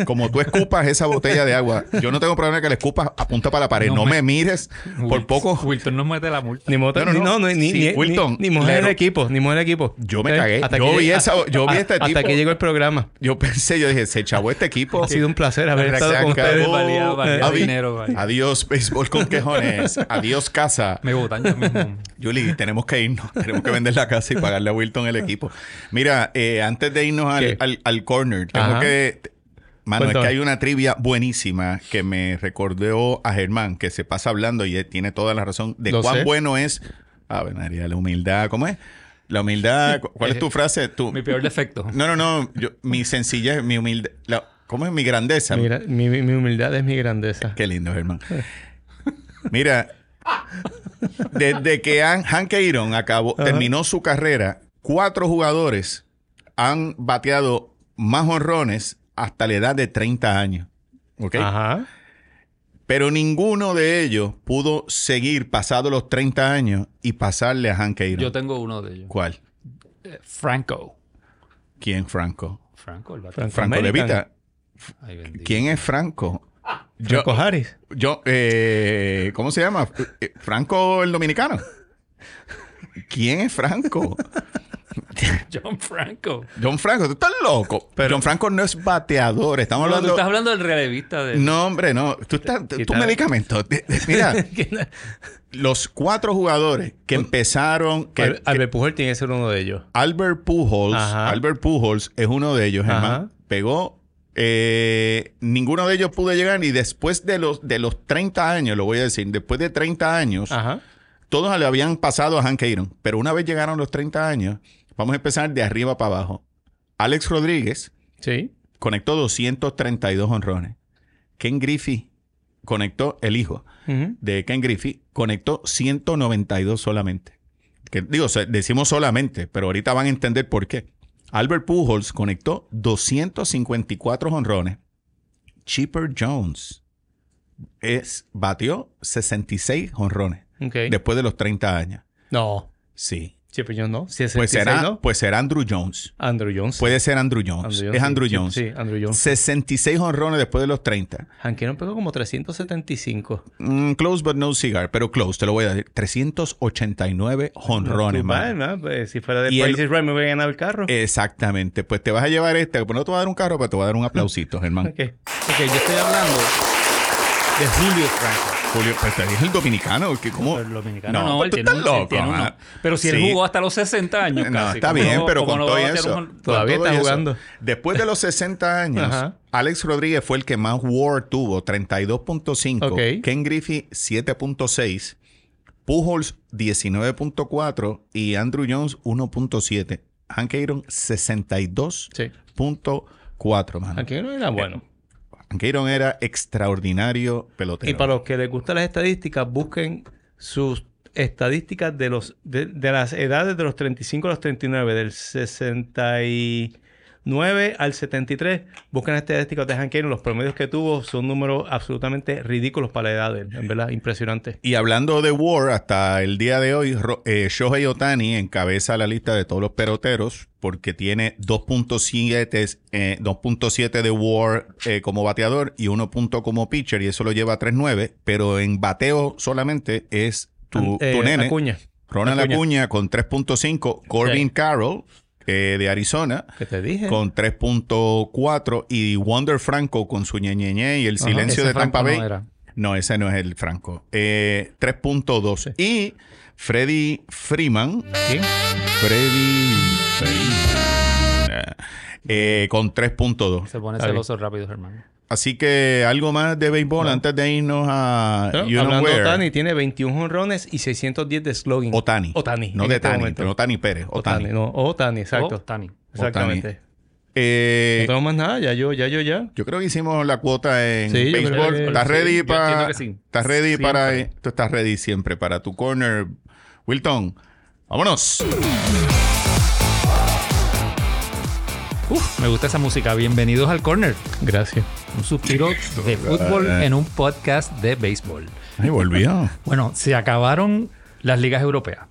Speaker 2: Como tú escupas esa botella de agua, yo no tengo problema que le escupas, apunta para la pared. No,
Speaker 3: No
Speaker 2: me...
Speaker 3: me-
Speaker 2: mires por
Speaker 3: Wil-
Speaker 2: poco.
Speaker 3: Wilton nos mete la multa.
Speaker 1: Ni moto,
Speaker 2: No, no,
Speaker 1: ni,
Speaker 2: no.
Speaker 1: no, no, ni,
Speaker 2: Sí,
Speaker 1: ni,
Speaker 2: Wilton,
Speaker 1: ni, ni mujer
Speaker 2: Lero.
Speaker 1: de equipo, ni mujer de equipo.
Speaker 2: Yo me
Speaker 1: Sí,
Speaker 2: cagué.
Speaker 1: hasta
Speaker 2: Yo
Speaker 1: que
Speaker 2: vi
Speaker 1: lleg-
Speaker 2: esa- yo vi este
Speaker 1: Hasta
Speaker 2: tipo.
Speaker 1: que llegó el programa.
Speaker 2: Yo pensé, yo dije, se chavó este equipo.
Speaker 1: Ha sido un placer haber
Speaker 2: Se
Speaker 1: estado con
Speaker 2: acabó.
Speaker 1: ustedes.
Speaker 3: Valía- valía
Speaker 2: Avi-
Speaker 3: dinero, valía.
Speaker 2: Adiós, béisbol con quejones. Adiós, casa.
Speaker 3: Me votan yo mismo.
Speaker 2: Julie, tenemos que irnos. Tenemos que vender la casa y pagarle a Wilton el equipo. Mira, eh, antes de irnos al,
Speaker 1: ¿Qué?
Speaker 2: al- al corner, tengo
Speaker 1: Ajá.
Speaker 2: que... Mano, es
Speaker 1: Cuéntame.
Speaker 2: que hay una trivia buenísima que me recordó a Germán, que se pasa hablando y él tiene toda la razón de
Speaker 1: Lo
Speaker 2: cuán
Speaker 1: sé.
Speaker 2: bueno es... A ver, María, la humildad, ¿cómo es? La humildad, cu- ¿cuál es
Speaker 1: Eh,
Speaker 2: tu frase? Tú,
Speaker 3: Mi peor defecto.
Speaker 2: no, no, no, yo- mi sencillez, mi humildad, la- ¿cómo es mi grandeza?
Speaker 1: Mira, mi, mi- mi humildad es mi grandeza.
Speaker 2: Qué lindo, Germán. Mira, desde que Han, Hank Aaron acabó, terminó su carrera, cuatro jugadores han bateado más honrones hasta la edad de 30 años. ¿Ok?
Speaker 1: Ajá.
Speaker 2: Pero ninguno de ellos pudo seguir pasado los 30 años y pasarle a Hank Aaron.
Speaker 3: Yo tengo uno de ellos.
Speaker 2: ¿Cuál?
Speaker 3: Eh, Franco.
Speaker 2: ¿Quién, Franco?
Speaker 3: Franco, el bate.
Speaker 1: Franco.
Speaker 2: Franco
Speaker 1: American.
Speaker 2: Levita.
Speaker 3: Ay, bendito.
Speaker 2: ¿Quién es Franco? Yo,
Speaker 1: Franco Harris.
Speaker 2: Yo, eh, ¿cómo se llama? Eh, Franco el dominicano. ¿Quién es Franco?
Speaker 3: John Franco.
Speaker 2: John Franco, tú estás loco. John Franco no es bateador. Estamos
Speaker 3: No, tú
Speaker 2: hablando.
Speaker 3: estás hablando del relevista de...
Speaker 2: No, hombre, no. Tú estás. tú- Tu
Speaker 1: Quita-
Speaker 2: medicamento. De- de- Mira,
Speaker 1: Al-
Speaker 2: los cuatro jugadores que empezaron. Que, que-
Speaker 1: Albert Pujol tiene que ser uno de ellos.
Speaker 2: Albert Pujols.
Speaker 1: Ajá.
Speaker 2: Albert Pujols es uno de ellos, hermano.
Speaker 1: Ajá.
Speaker 2: Pegó. eh, ninguno de ellos pudo llegar y después de los, de los 30 años, lo voy a decir, después de 30 años,
Speaker 1: Ajá.
Speaker 2: Todos le habían pasado a Hank Aaron, pero una vez llegaron los 30 años, vamos a empezar de arriba para abajo. Alex Rodríguez
Speaker 1: Sí.
Speaker 2: conectó 232 honrones. Ken Griffey conectó, el hijo
Speaker 1: Ujú.
Speaker 2: de Ken Griffey, conectó 192 solamente. Que, digo, o sea, decimos solamente, pero ahorita van a entender por qué. Albert Pujols conectó 254 honrones. Chipper Jones es, batió 66 honrones
Speaker 1: Ok.
Speaker 2: después de los 30 años.
Speaker 1: No.
Speaker 2: Sí.
Speaker 1: Sí, pero yo no. Si es
Speaker 2: Pues será,
Speaker 1: ¿no?
Speaker 2: pues será Andrew Jones.
Speaker 1: Andrew Jones.
Speaker 2: Puede ser Andrew Jones. es
Speaker 1: sí.
Speaker 2: Andrew
Speaker 1: Sí,
Speaker 2: Jones.
Speaker 1: Sí, Andrew Jones.
Speaker 2: 66 honrones después de los 30.
Speaker 1: Hank Aaron pegó como 375.
Speaker 2: Mm, close but no cigar, pero close, te lo voy a decir. 389 honrones,
Speaker 1: Tú,
Speaker 2: man.
Speaker 1: man, pues, si fuera de
Speaker 2: Y el-
Speaker 1: Price is Right, me voy a ganar el carro.
Speaker 2: Exactamente. Pues te vas a llevar este. Pues no te voy a dar un Ah. carro, pero te voy a dar un aplausito, Germán.
Speaker 1: Ok.
Speaker 3: Ok, yo estoy hablando de Julio Franco.
Speaker 2: Julio, pues te dije el dominicano. Que como...
Speaker 3: Pero el dominicano
Speaker 2: No,
Speaker 3: no,
Speaker 2: pues
Speaker 3: él
Speaker 2: tú
Speaker 3: tiene
Speaker 2: estás
Speaker 3: un- él
Speaker 2: loco,
Speaker 3: tiene uno.
Speaker 2: man.
Speaker 3: Pero si él
Speaker 2: Sí.
Speaker 3: jugó hasta los 60 años
Speaker 2: No,
Speaker 3: casi.
Speaker 2: está
Speaker 3: ¿cómo
Speaker 2: bien,
Speaker 3: no-
Speaker 2: pero
Speaker 3: cómo
Speaker 2: con
Speaker 3: no va
Speaker 2: todo
Speaker 3: a batear
Speaker 2: eso.
Speaker 3: un-
Speaker 4: Todavía
Speaker 2: con todo
Speaker 4: está
Speaker 2: y eso,
Speaker 4: jugando.
Speaker 2: Después de los 60 años,
Speaker 4: Ajá.
Speaker 2: Alex Rodríguez fue el que más WAR tuvo, 32.5.
Speaker 4: Ok.
Speaker 2: Ken Griffey, 7.6. Pujols, 19.4. Y Andrew Jones, 1.7. Hank Aaron, 62.4.
Speaker 4: Sí.
Speaker 2: mano.
Speaker 4: Aquí no era bueno.
Speaker 2: Hank Aaron era extraordinario pelotero.
Speaker 1: Y para los que les gustan las estadísticas, busquen sus estadísticas de los de, de las edades de los 35 a los 39, del 69 al 73. Busquen las estadísticas de Hank Aaron. Los promedios que tuvo son números absolutamente ridículos para la edad de él, en verdad, impresionante.
Speaker 2: Y hablando de War, hasta el día de hoy, Ro- eh, Shohei Otani encabeza la lista de todos los peloteros porque tiene 2.7 eh, 2.7 de War eh, como bateador y 1. punto como pitcher, y eso lo lleva a 3.9, pero en bateo solamente es tu,
Speaker 1: Eh,
Speaker 2: tu nene,
Speaker 1: Acuña,
Speaker 2: Ronald Acuña,
Speaker 1: Acuña.
Speaker 2: con 3.5, Corbin Carroll eh, de Arizona
Speaker 1: que te dije.
Speaker 2: con 3.4 y Wander Franco con su ñeñeñe y el
Speaker 3: Ajá.
Speaker 2: silencio
Speaker 3: Ese
Speaker 2: de Tampa Bay.
Speaker 3: Franco no era.
Speaker 2: No, ese no es el Franco. Eh, 3.2. Y Freddy Freeman.
Speaker 1: ¿Quién?
Speaker 2: Freddy Freeman. eh, con 3.2.
Speaker 3: Se pone
Speaker 4: Está bien.
Speaker 3: celoso rápido, hermano.
Speaker 2: Así que algo más de béisbol antes de irnos a
Speaker 1: Pero,
Speaker 2: you know
Speaker 1: hablando de
Speaker 2: where.
Speaker 1: Otani, tiene 21 honrones y 610 de slogan.
Speaker 2: Otani.
Speaker 1: Otani.
Speaker 2: No
Speaker 1: en
Speaker 2: de
Speaker 1: este
Speaker 2: Tani,
Speaker 1: momento.
Speaker 2: no Tani Pérez. Otani.
Speaker 1: Otani, no, Otani, exacto.
Speaker 3: Oh, Tani.
Speaker 1: Exactamente. No
Speaker 2: Eh,
Speaker 1: tenemos más nada, ya yo, ya yo, ya.
Speaker 2: yo creo que hicimos la cuota en
Speaker 1: Sí, yo creo
Speaker 2: béisbol.
Speaker 1: que-
Speaker 2: ¿Estás
Speaker 3: Sí,
Speaker 2: ready
Speaker 3: yo entiendo
Speaker 2: para...?
Speaker 3: que sí.
Speaker 2: ¿Estás ready
Speaker 3: Siempre.
Speaker 2: para...? e-? Tú estás ready siempre para tu corner. Wilton, vámonos.
Speaker 3: Uf, me gusta esa música. Bienvenidos al Corner.
Speaker 4: Gracias.
Speaker 3: Un suspiro de fútbol en un podcast de béisbol.
Speaker 2: Ay, volvió.
Speaker 3: Bueno, se acabaron las ligas europeas.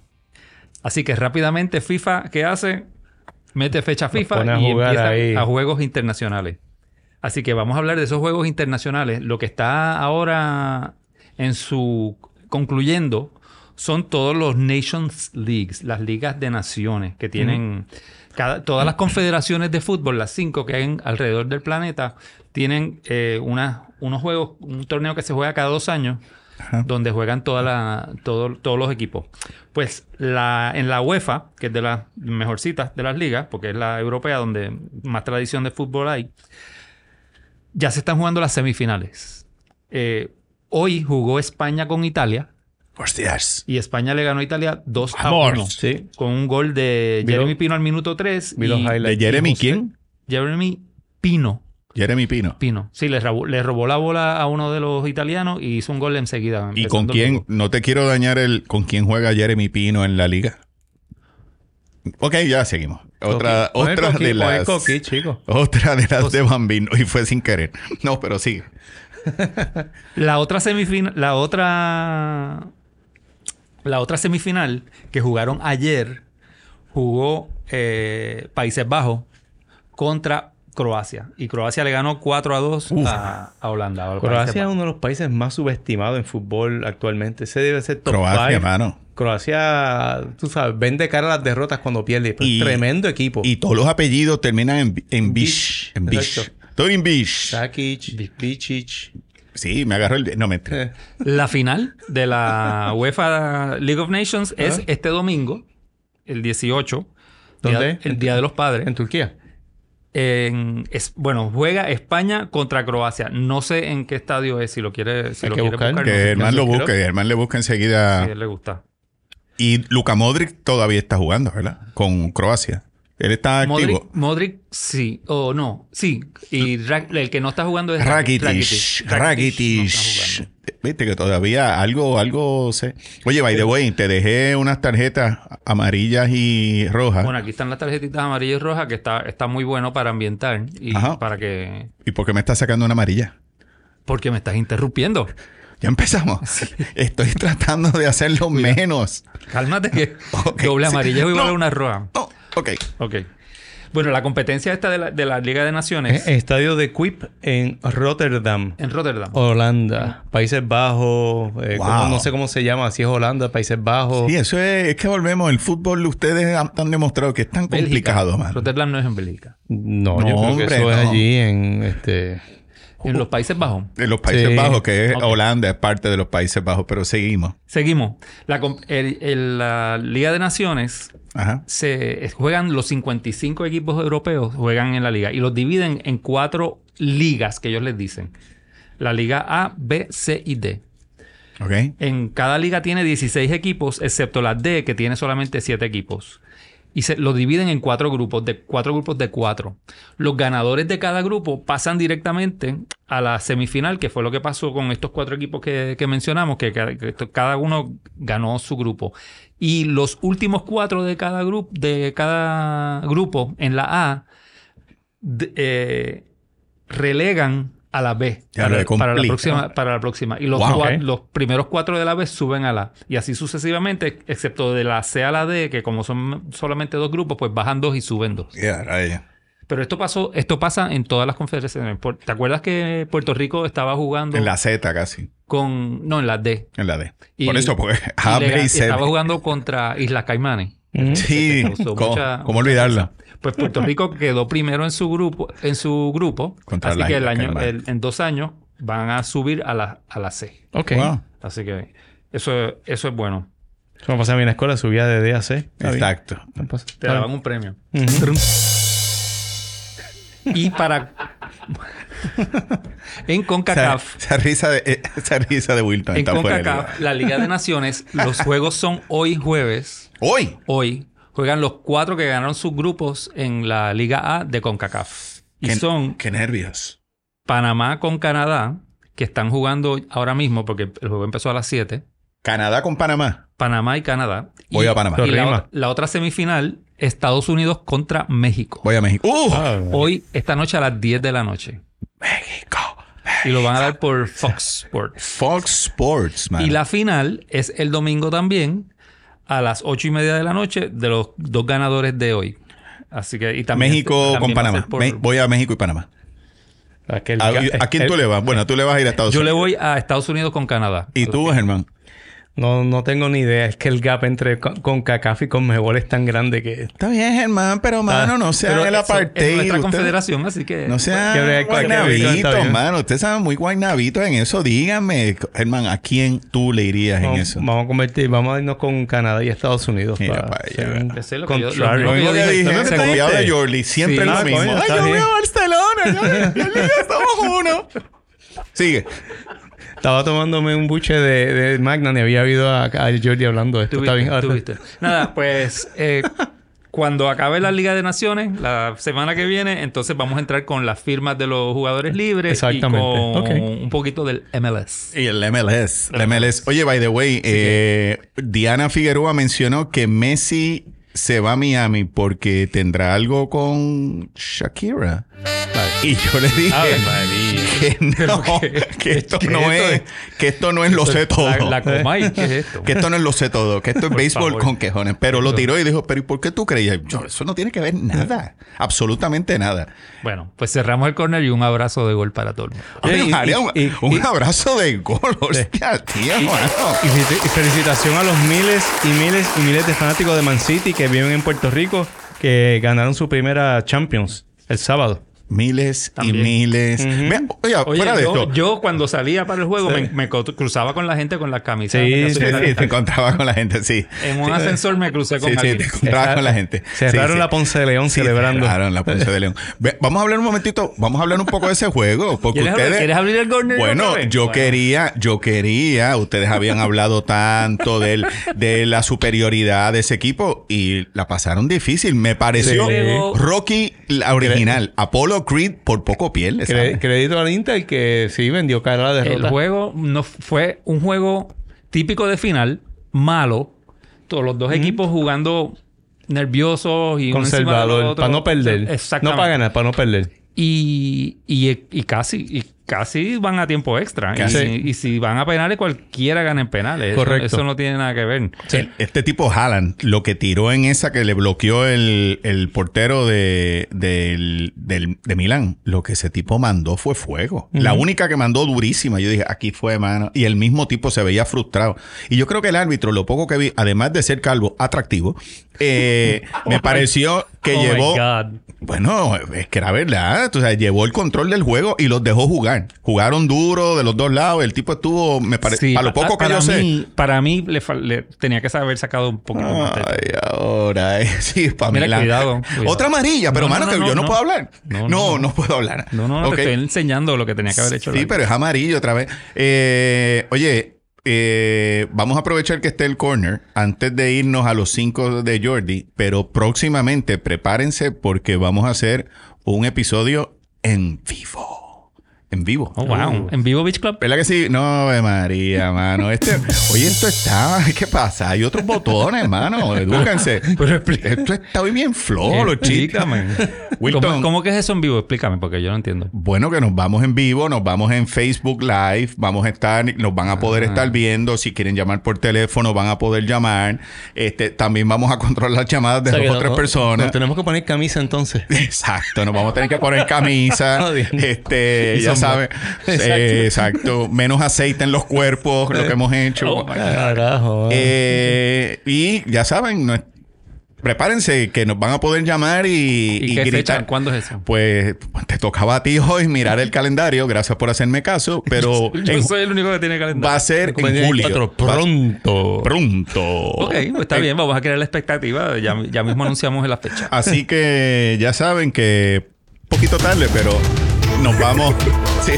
Speaker 3: Así que rápidamente FIFA, ¿qué hace? Mete fecha FIFA
Speaker 4: pone a
Speaker 3: y
Speaker 4: jugar
Speaker 3: empieza
Speaker 4: ahí.
Speaker 3: a juegos internacionales. Así que vamos a hablar de esos juegos internacionales. Lo que está ahora en su concluyendo son todos los Nations Leagues, las ligas de naciones que tienen cada- todas las confederaciones de fútbol, las cinco que hay en- alrededor del planeta, tienen eh, una- unos juegos, un torneo que se juega cada dos años donde juegan toda la, todo- todos los equipos. Pues la, en la UEFA, que es de las mejorcitas de las ligas, porque es la europea donde más tradición de fútbol hay, ya se están jugando las semifinales. Eh, hoy jugó España con Italia
Speaker 2: Hostias.
Speaker 3: y España le ganó a Italia 2 a
Speaker 2: Vamos.
Speaker 3: 1
Speaker 1: Sí.
Speaker 3: con un gol de
Speaker 4: Vi los-
Speaker 3: Jeremy Pino al minuto 3
Speaker 4: vi los
Speaker 3: y
Speaker 4: highlights.
Speaker 2: ¿De Jeremy quién?
Speaker 3: Jeremy Pino
Speaker 2: Jeremy Pino.
Speaker 3: Pino. Sí, le robó, le robó la bola a uno de los italianos y hizo un gol enseguida.
Speaker 2: ¿Y con
Speaker 3: empezando el
Speaker 2: quién?
Speaker 3: juego.
Speaker 2: No te quiero dañar el con quién juega Jeremy Pino en la liga. Ok, ya seguimos. Otra,
Speaker 1: Pon el
Speaker 2: otra
Speaker 1: coquí,
Speaker 2: de
Speaker 1: pon el
Speaker 2: las.
Speaker 1: coquí, chico.
Speaker 2: Otra de
Speaker 1: Pues-
Speaker 2: las de Bambino. Y fue sin querer. No, pero sigue.
Speaker 3: La otra semifinal, la otra, la otra semifinal que jugaron ayer jugó eh, Países Bajos contra Croacia y Croacia le ganó 4 a 2 a, a Holanda. a Países
Speaker 1: Croacia es
Speaker 3: Bajos.
Speaker 1: uno de los países más subestimados en fútbol actualmente. Ese debe ser top
Speaker 2: Croacia,
Speaker 1: five.
Speaker 2: hermano.
Speaker 1: Croacia, tú sabes, vende cara a las derrotas cuando pierde. pero es
Speaker 2: Y-
Speaker 1: tremendo equipo.
Speaker 2: Y todos los apellidos terminan en, en Bish.
Speaker 1: Pues- Bish.
Speaker 2: En Bish.
Speaker 1: Exacto.
Speaker 2: Torin Bish.
Speaker 1: Sakic, Bichic.
Speaker 2: Sí, me agarró el. No, mentira.
Speaker 1: Eh,
Speaker 3: La final de la UEFA League of Nations es este domingo, el 18.
Speaker 1: ¿Dónde?
Speaker 3: día- el Día de los Padres.
Speaker 1: En Turquía.
Speaker 3: En- es, bueno, juega España contra Croacia. No sé en qué estadio es, si lo quiere, si
Speaker 4: Hay
Speaker 3: lo
Speaker 4: que
Speaker 3: quiere
Speaker 4: buscar.
Speaker 3: buscar, no
Speaker 2: Que
Speaker 3: sé
Speaker 2: Germán lo
Speaker 1: creo.
Speaker 2: busque. Germán le busca enseguida.
Speaker 3: si a él le gusta.
Speaker 2: Y Luka Modric todavía está jugando, ¿verdad? Con Croacia. Él está
Speaker 3: Modric,
Speaker 2: activo.
Speaker 3: Modric, sí, o no, sí. Y Ra- el que no está jugando es Ra-
Speaker 2: Rakitic.
Speaker 3: Rakitic. Rakitic no está
Speaker 2: Rakitic.
Speaker 3: jugando.
Speaker 2: Viste que todavía algo, algo sé. Oye, by the way, te dejé unas tarjetas amarillas y rojas.
Speaker 3: Bueno, aquí están las tarjetitas amarillas y rojas que está, está muy bueno para ambientar y
Speaker 2: Ajá.
Speaker 3: para que.
Speaker 2: ¿Y por qué me estás sacando una amarilla?
Speaker 3: Porque me estás interrumpiendo.
Speaker 2: Ya empezamos. Estoy tratando de hacerlo menos.
Speaker 3: Cálmate que
Speaker 2: Ok,
Speaker 3: doble
Speaker 2: sí.
Speaker 3: amarilla es igual
Speaker 2: No.
Speaker 3: a una roja.
Speaker 2: Oh, ok.
Speaker 3: Ok. Bueno, la competencia esta de la, de la Liga de Naciones
Speaker 1: Eh, Estadio de Quip en Rotterdam.
Speaker 3: en Rotterdam.
Speaker 2: Oh,
Speaker 1: Holanda, Países Bajos, eh,
Speaker 2: Wow.
Speaker 1: cómo- no sé cómo se llama, si es Holanda, Países Bajos.
Speaker 2: Y eso es, es que volvemos. El fútbol ustedes han, han demostrado que es tan
Speaker 3: Bélgica.
Speaker 2: complicado, mano.
Speaker 3: Rotterdam no es en Bélgica.
Speaker 1: No,
Speaker 2: No,
Speaker 1: yo creo que
Speaker 2: hombre,
Speaker 1: eso es
Speaker 2: no.
Speaker 1: allí en este
Speaker 2: Oh.
Speaker 3: en los Países Bajos.
Speaker 2: De los Países
Speaker 4: Sí.
Speaker 2: Bajos, que es
Speaker 3: Ok.
Speaker 2: Holanda, es parte de los Países Bajos, pero seguimos.
Speaker 3: Seguimos. La, comp- el- el- la Liga de Naciones
Speaker 2: Ajá.
Speaker 3: se juegan los 55 equipos europeos juegan en la liga y los dividen en cuatro ligas que ellos les dicen. La liga A, B, C y D.
Speaker 2: Ok.
Speaker 3: En cada liga tiene 16 equipos, excepto la D, que tiene solamente 7 equipos. Y se los dividen en cuatro grupos, de cuatro grupos de cuatro. Los ganadores de cada grupo pasan directamente a la semifinal, que fue lo que pasó con estos cuatro equipos que, que mencionamos, que, ca- que esto- cada uno ganó su grupo. Y los últimos cuatro de cada grupo, de cada grupo en la A, de- eh, relegan a la B
Speaker 2: Ya
Speaker 3: para,
Speaker 2: lo compli-
Speaker 3: para la próxima para la próxima y los,
Speaker 2: Wow.
Speaker 3: cua-
Speaker 4: Ok.
Speaker 3: los primeros cuatro de la B suben a la y así sucesivamente excepto de la C a la D que como son solamente dos grupos pues bajan dos y suben dos
Speaker 2: Ya, raya.
Speaker 3: pero esto pasó esto pasa en todas las confederaciones Por- te acuerdas que Puerto Rico estaba jugando
Speaker 2: En la Z casi,
Speaker 3: con no en la D
Speaker 2: en la D.
Speaker 3: Y-
Speaker 2: Por eso, pues,
Speaker 3: Y
Speaker 2: A,
Speaker 3: le
Speaker 2: B
Speaker 3: gan-
Speaker 2: y C.
Speaker 3: estaba jugando contra Islas Caimanes
Speaker 2: Mm. Sí,
Speaker 3: que causó
Speaker 2: ¿cómo,
Speaker 3: mucha-
Speaker 2: cómo olvidarla?
Speaker 3: Pues Puerto Rico quedó primero en su grupo, en su grupo.
Speaker 2: Contra
Speaker 3: así
Speaker 2: la
Speaker 3: que el
Speaker 2: isla
Speaker 3: año,
Speaker 2: Caimán.
Speaker 3: el- en dos años van a subir a la, a la C.
Speaker 4: Ok.
Speaker 2: Wow.
Speaker 3: Así que eso, eso es bueno.
Speaker 4: Como pasaba en la escuela, subía de D a C. Está bien.
Speaker 2: Exacto.
Speaker 4: No pasa-
Speaker 3: Te
Speaker 4: está
Speaker 3: daban
Speaker 4: bien.
Speaker 3: un premio.
Speaker 4: Ujú.
Speaker 3: Y para en
Speaker 2: Esa,
Speaker 3: CONCACAF,
Speaker 2: esa risa de, eh, esa risa de Wilton
Speaker 3: en
Speaker 2: está fuera. de
Speaker 3: CONCACAF, la Liga de Naciones, los juegos son hoy jueves.
Speaker 2: lugar. Hoy.
Speaker 3: Hoy juegan los cuatro que ganaron sus grupos en la Liga A de CONCACAF. Y
Speaker 2: Qué-
Speaker 3: son
Speaker 2: Qué nervios.
Speaker 3: Panamá con Canadá, que están jugando ahora mismo porque el juego empezó a las 7.
Speaker 2: Canadá con Panamá.
Speaker 3: Panamá y Canadá.
Speaker 2: Voy
Speaker 3: Y-
Speaker 2: a Panamá.
Speaker 3: Y la,
Speaker 4: Rima.
Speaker 3: ot- la otra semifinal, Estados Unidos contra México.
Speaker 2: Voy a México. ¡Uh!
Speaker 4: Ah,
Speaker 3: Hoy, esta noche a las 10 de la noche.
Speaker 2: México.
Speaker 3: Y lo van a dar por Fox Sports.
Speaker 2: Fox Sports, man.
Speaker 3: Y la final es el domingo también a las 8 y media de la noche de los dos ganadores de hoy. Así que, y también- este,
Speaker 2: México
Speaker 3: también
Speaker 2: con
Speaker 3: va a ser
Speaker 2: Panamá.
Speaker 3: por- eh,
Speaker 2: Me- voy a México y Panamá. Ah,
Speaker 4: aquel
Speaker 2: ¿A,
Speaker 4: ga-
Speaker 2: a quién tú
Speaker 4: el-
Speaker 2: le vas? Bueno, tú le vas a ir a Estados
Speaker 3: yo le
Speaker 2: Unidos.
Speaker 3: voy a Estados Unidos con Canadá.
Speaker 2: ¿Y tú, Germán?
Speaker 4: No, no tengo ni idea. Es que el gap entre con, con Cacaf y con Mebol es tan grande que...
Speaker 2: Está bien, Germán, pero mano, no
Speaker 3: Ah, Pero
Speaker 2: sea el
Speaker 3: eso Es
Speaker 2: apartheid.
Speaker 3: nuestra
Speaker 2: Usted-
Speaker 3: confederación, así que...
Speaker 2: No
Speaker 4: Que
Speaker 2: sean
Speaker 4: brega- cualquier brega está
Speaker 2: guaynabitos,
Speaker 4: bien.
Speaker 2: mano. Ustedes saben muy guaynabitos en eso. Díganme, Germán, ¿a quién tú le irías en
Speaker 4: Vamos,
Speaker 2: eso?
Speaker 4: vamos a convertir, vamos a irnos con Canadá y Estados Unidos.
Speaker 2: Mira
Speaker 4: para
Speaker 2: para allá,
Speaker 4: ser
Speaker 2: ¿verdad?
Speaker 3: Ese es lo que yo-
Speaker 4: contrario.
Speaker 3: lo
Speaker 2: Lo mismo
Speaker 3: Yo
Speaker 2: que
Speaker 3: dije,
Speaker 2: dije,
Speaker 3: ¿se
Speaker 2: ¿no? copiado
Speaker 4: viste?
Speaker 2: de Jordi. Siempre
Speaker 3: Sí,
Speaker 2: es lo
Speaker 4: ah,
Speaker 2: mismo.
Speaker 4: coño,
Speaker 2: Ay,
Speaker 4: está
Speaker 2: yo
Speaker 4: bien.
Speaker 2: veo a Barcelona. yo- yo digo, Estamos uno. Sigue.
Speaker 4: Estaba tomándome un buche de, de Magna y había habido a, a Jordi hablando de esto.
Speaker 3: Tuviste,
Speaker 4: Está bien. ahora-
Speaker 3: tuviste. Nada, pues eh, cuando acabe la Liga de Naciones, la semana que viene, entonces vamos a entrar con las firmas de los jugadores libres
Speaker 4: Exactamente.
Speaker 3: y con
Speaker 4: Ok.
Speaker 3: un poquito del MLS.
Speaker 2: Y el MLS. El MLS. Oye, by the way, eh, Diana Figueroa mencionó que Messi se va a Miami porque tendrá algo con Shakira. Y yo le
Speaker 3: Ah,
Speaker 2: dije que no, que esto
Speaker 3: ¿Qué
Speaker 2: no
Speaker 3: esto
Speaker 2: es, que esto no es lo sé todo.
Speaker 3: La, la Comay, ¿qué es esto?
Speaker 2: Que esto no es lo sé todo, que esto es
Speaker 3: Por
Speaker 2: béisbol
Speaker 3: favor.
Speaker 2: con quejones. Pero lo tiró y dijo, pero ¿y por qué tú creías? Yo, eso no tiene que ver nada, absolutamente nada.
Speaker 3: Bueno, pues cerramos el corner y un abrazo de gol para todo el mundo.
Speaker 2: Oye,
Speaker 4: y-
Speaker 2: María, un,
Speaker 4: y-
Speaker 2: un
Speaker 4: y-
Speaker 2: abrazo de gol, hostia, tío, mano.
Speaker 4: Y fe- y felicitación a los miles y miles y miles de fanáticos de Man City que viven en Puerto Rico que ganaron su primera Champions el sábado.
Speaker 2: Miles y
Speaker 3: También.
Speaker 2: miles.
Speaker 4: Ujú.
Speaker 2: Vean, oye,
Speaker 3: Oye,
Speaker 2: fuera de
Speaker 3: yo,
Speaker 2: esto.
Speaker 3: yo cuando salía para el juego me, me co- cruzaba con la gente con las camisas.
Speaker 4: Sí, sí,
Speaker 3: las
Speaker 2: Sí,
Speaker 3: sudaderas.
Speaker 2: sí, te encontrabas con la gente, sí.
Speaker 3: En un ascensor me crucé con
Speaker 2: Sí, sí,
Speaker 3: alguien.
Speaker 2: te encontrabas con la gente. Sí,
Speaker 4: Cerraron
Speaker 2: sí.
Speaker 4: la Ponce de León
Speaker 2: Sí,
Speaker 4: celebrando.
Speaker 2: cerraron la Ponce de León. Ve, vamos a hablar un momentito, vamos a hablar un poco de ese juego, porque
Speaker 3: ¿Quieres,
Speaker 2: ustedes...
Speaker 3: abrir, quieres abrir el corner? otra
Speaker 2: Bueno,
Speaker 3: vez?
Speaker 2: yo
Speaker 3: Bueno.
Speaker 2: quería, yo quería, ustedes habían hablado tanto del, de la superioridad de ese equipo y la pasaron difícil. Me pareció
Speaker 4: Sí.
Speaker 2: Rocky, la original, Apollo Creed por poco piel.
Speaker 4: Cre- crédito al Inter que sí vendió cara a la derrota.
Speaker 3: El juego no fue un juego típico de final, malo. Todos los dos equipos jugando nerviosos y uno encima del
Speaker 4: conservador
Speaker 3: otro.
Speaker 4: para no perder.
Speaker 3: Exactamente.
Speaker 4: No para ganar, para no perder.
Speaker 3: Y, y, y casi y casi van a tiempo extra. Y,
Speaker 2: Casi.
Speaker 3: si- y si van a penales, cualquiera gana en penales. Eso-
Speaker 4: Correcto.
Speaker 3: Eso, no tiene nada que ver.
Speaker 2: Este tipo Haaland, lo que tiró en esa que le bloqueó el, el portero de, del- del- de Milán, lo que ese tipo mandó fue fuego. La única que mandó durísima, yo dije, aquí fue mano. Y el mismo tipo se veía frustrado. Y yo creo que el árbitro, lo poco que vi, además de ser calvo, atractivo, eh, me pareció que
Speaker 3: Oh my
Speaker 2: llevó...
Speaker 3: God.
Speaker 2: Bueno, es que era verdad. O sea, llevó el control del juego y los dejó jugar. jugar. Jugaron duro de los dos lados. El tipo estuvo, me parece,
Speaker 3: Sí,
Speaker 2: a lo
Speaker 3: pa- ah,
Speaker 2: poco que
Speaker 3: para
Speaker 2: yo sé.
Speaker 3: mí, Para mí le, fal- le- tenía que haber sacado un poquito más. de-
Speaker 2: Ay, ahora, eh, sí, Pamela.
Speaker 3: Mira, cuidado, cuidado.
Speaker 2: Otra amarilla, pero
Speaker 3: No,
Speaker 2: mano,
Speaker 3: no,
Speaker 2: que
Speaker 3: no,
Speaker 2: yo no,
Speaker 3: no.
Speaker 2: puedo hablar. No,
Speaker 3: No,
Speaker 2: no,
Speaker 3: no, no.
Speaker 2: puedo hablar.
Speaker 3: No, no, no,
Speaker 2: Ok.
Speaker 3: te estoy enseñando lo que tenía que haber hecho.
Speaker 2: Sí,
Speaker 3: Lalo.
Speaker 2: pero es amarillo otra vez. Eh, oye, eh, vamos a aprovechar que esté el corner antes de irnos a los cinco de Jordi, pero próximamente prepárense porque vamos a hacer un episodio en vivo. En vivo.
Speaker 3: Oh, wow.
Speaker 2: Uh.
Speaker 3: En vivo Beach Club.
Speaker 2: ¿Verdad que sí? No, Ave María, mano. Este, oye, esto está. ¿Qué pasa? Hay otros botones, mano. Edúcanse.
Speaker 3: Pero explí-
Speaker 2: Esto está hoy bien flojo, los chicos.
Speaker 3: Explícame.
Speaker 2: Oh, Wilton.
Speaker 3: ¿Cómo, cómo que es eso en vivo? Explícame, porque yo no entiendo.
Speaker 2: Bueno, que nos vamos en vivo, nos vamos en Facebook Live, vamos a estar, nos van a
Speaker 4: Ah.
Speaker 2: poder estar viendo. Si quieren llamar por teléfono, van a poder llamar. Este, también vamos a controlar las llamadas de
Speaker 4: O sea, que
Speaker 2: las
Speaker 4: no-
Speaker 2: otras
Speaker 4: no-
Speaker 2: personas.
Speaker 4: Nos tenemos que poner camisa entonces.
Speaker 2: Exacto, nos vamos a tener que poner camisa.
Speaker 4: Oh, Dios.
Speaker 2: este,
Speaker 4: Y
Speaker 2: ya saben.
Speaker 4: sombrero.
Speaker 2: Eh, Exacto. Menos aceite en los cuerpos, lo que hemos hecho.
Speaker 4: Oh Carajo.
Speaker 2: Eh, y ya saben, no es- prepárense que nos van a poder llamar y,
Speaker 3: ¿Y,
Speaker 2: y
Speaker 3: qué
Speaker 2: gritar.
Speaker 3: fecha? ¿Cuándo es eso?
Speaker 2: Pues te tocaba a ti hoy mirar el calendario, gracias por hacerme caso, pero
Speaker 3: Yo
Speaker 2: en-
Speaker 3: soy el único que tiene calendario.
Speaker 2: va a ser
Speaker 4: Como
Speaker 2: en
Speaker 4: en
Speaker 2: julio.
Speaker 4: cuatro,
Speaker 2: Va-
Speaker 4: pronto.
Speaker 2: pronto. Eh,
Speaker 3: Ok, pues está bien, vamos a crear la expectativa. Ya, ya mismo anunciamos la fecha.
Speaker 2: Así que ya saben que un poquito tarde, pero nos vamos. Sí.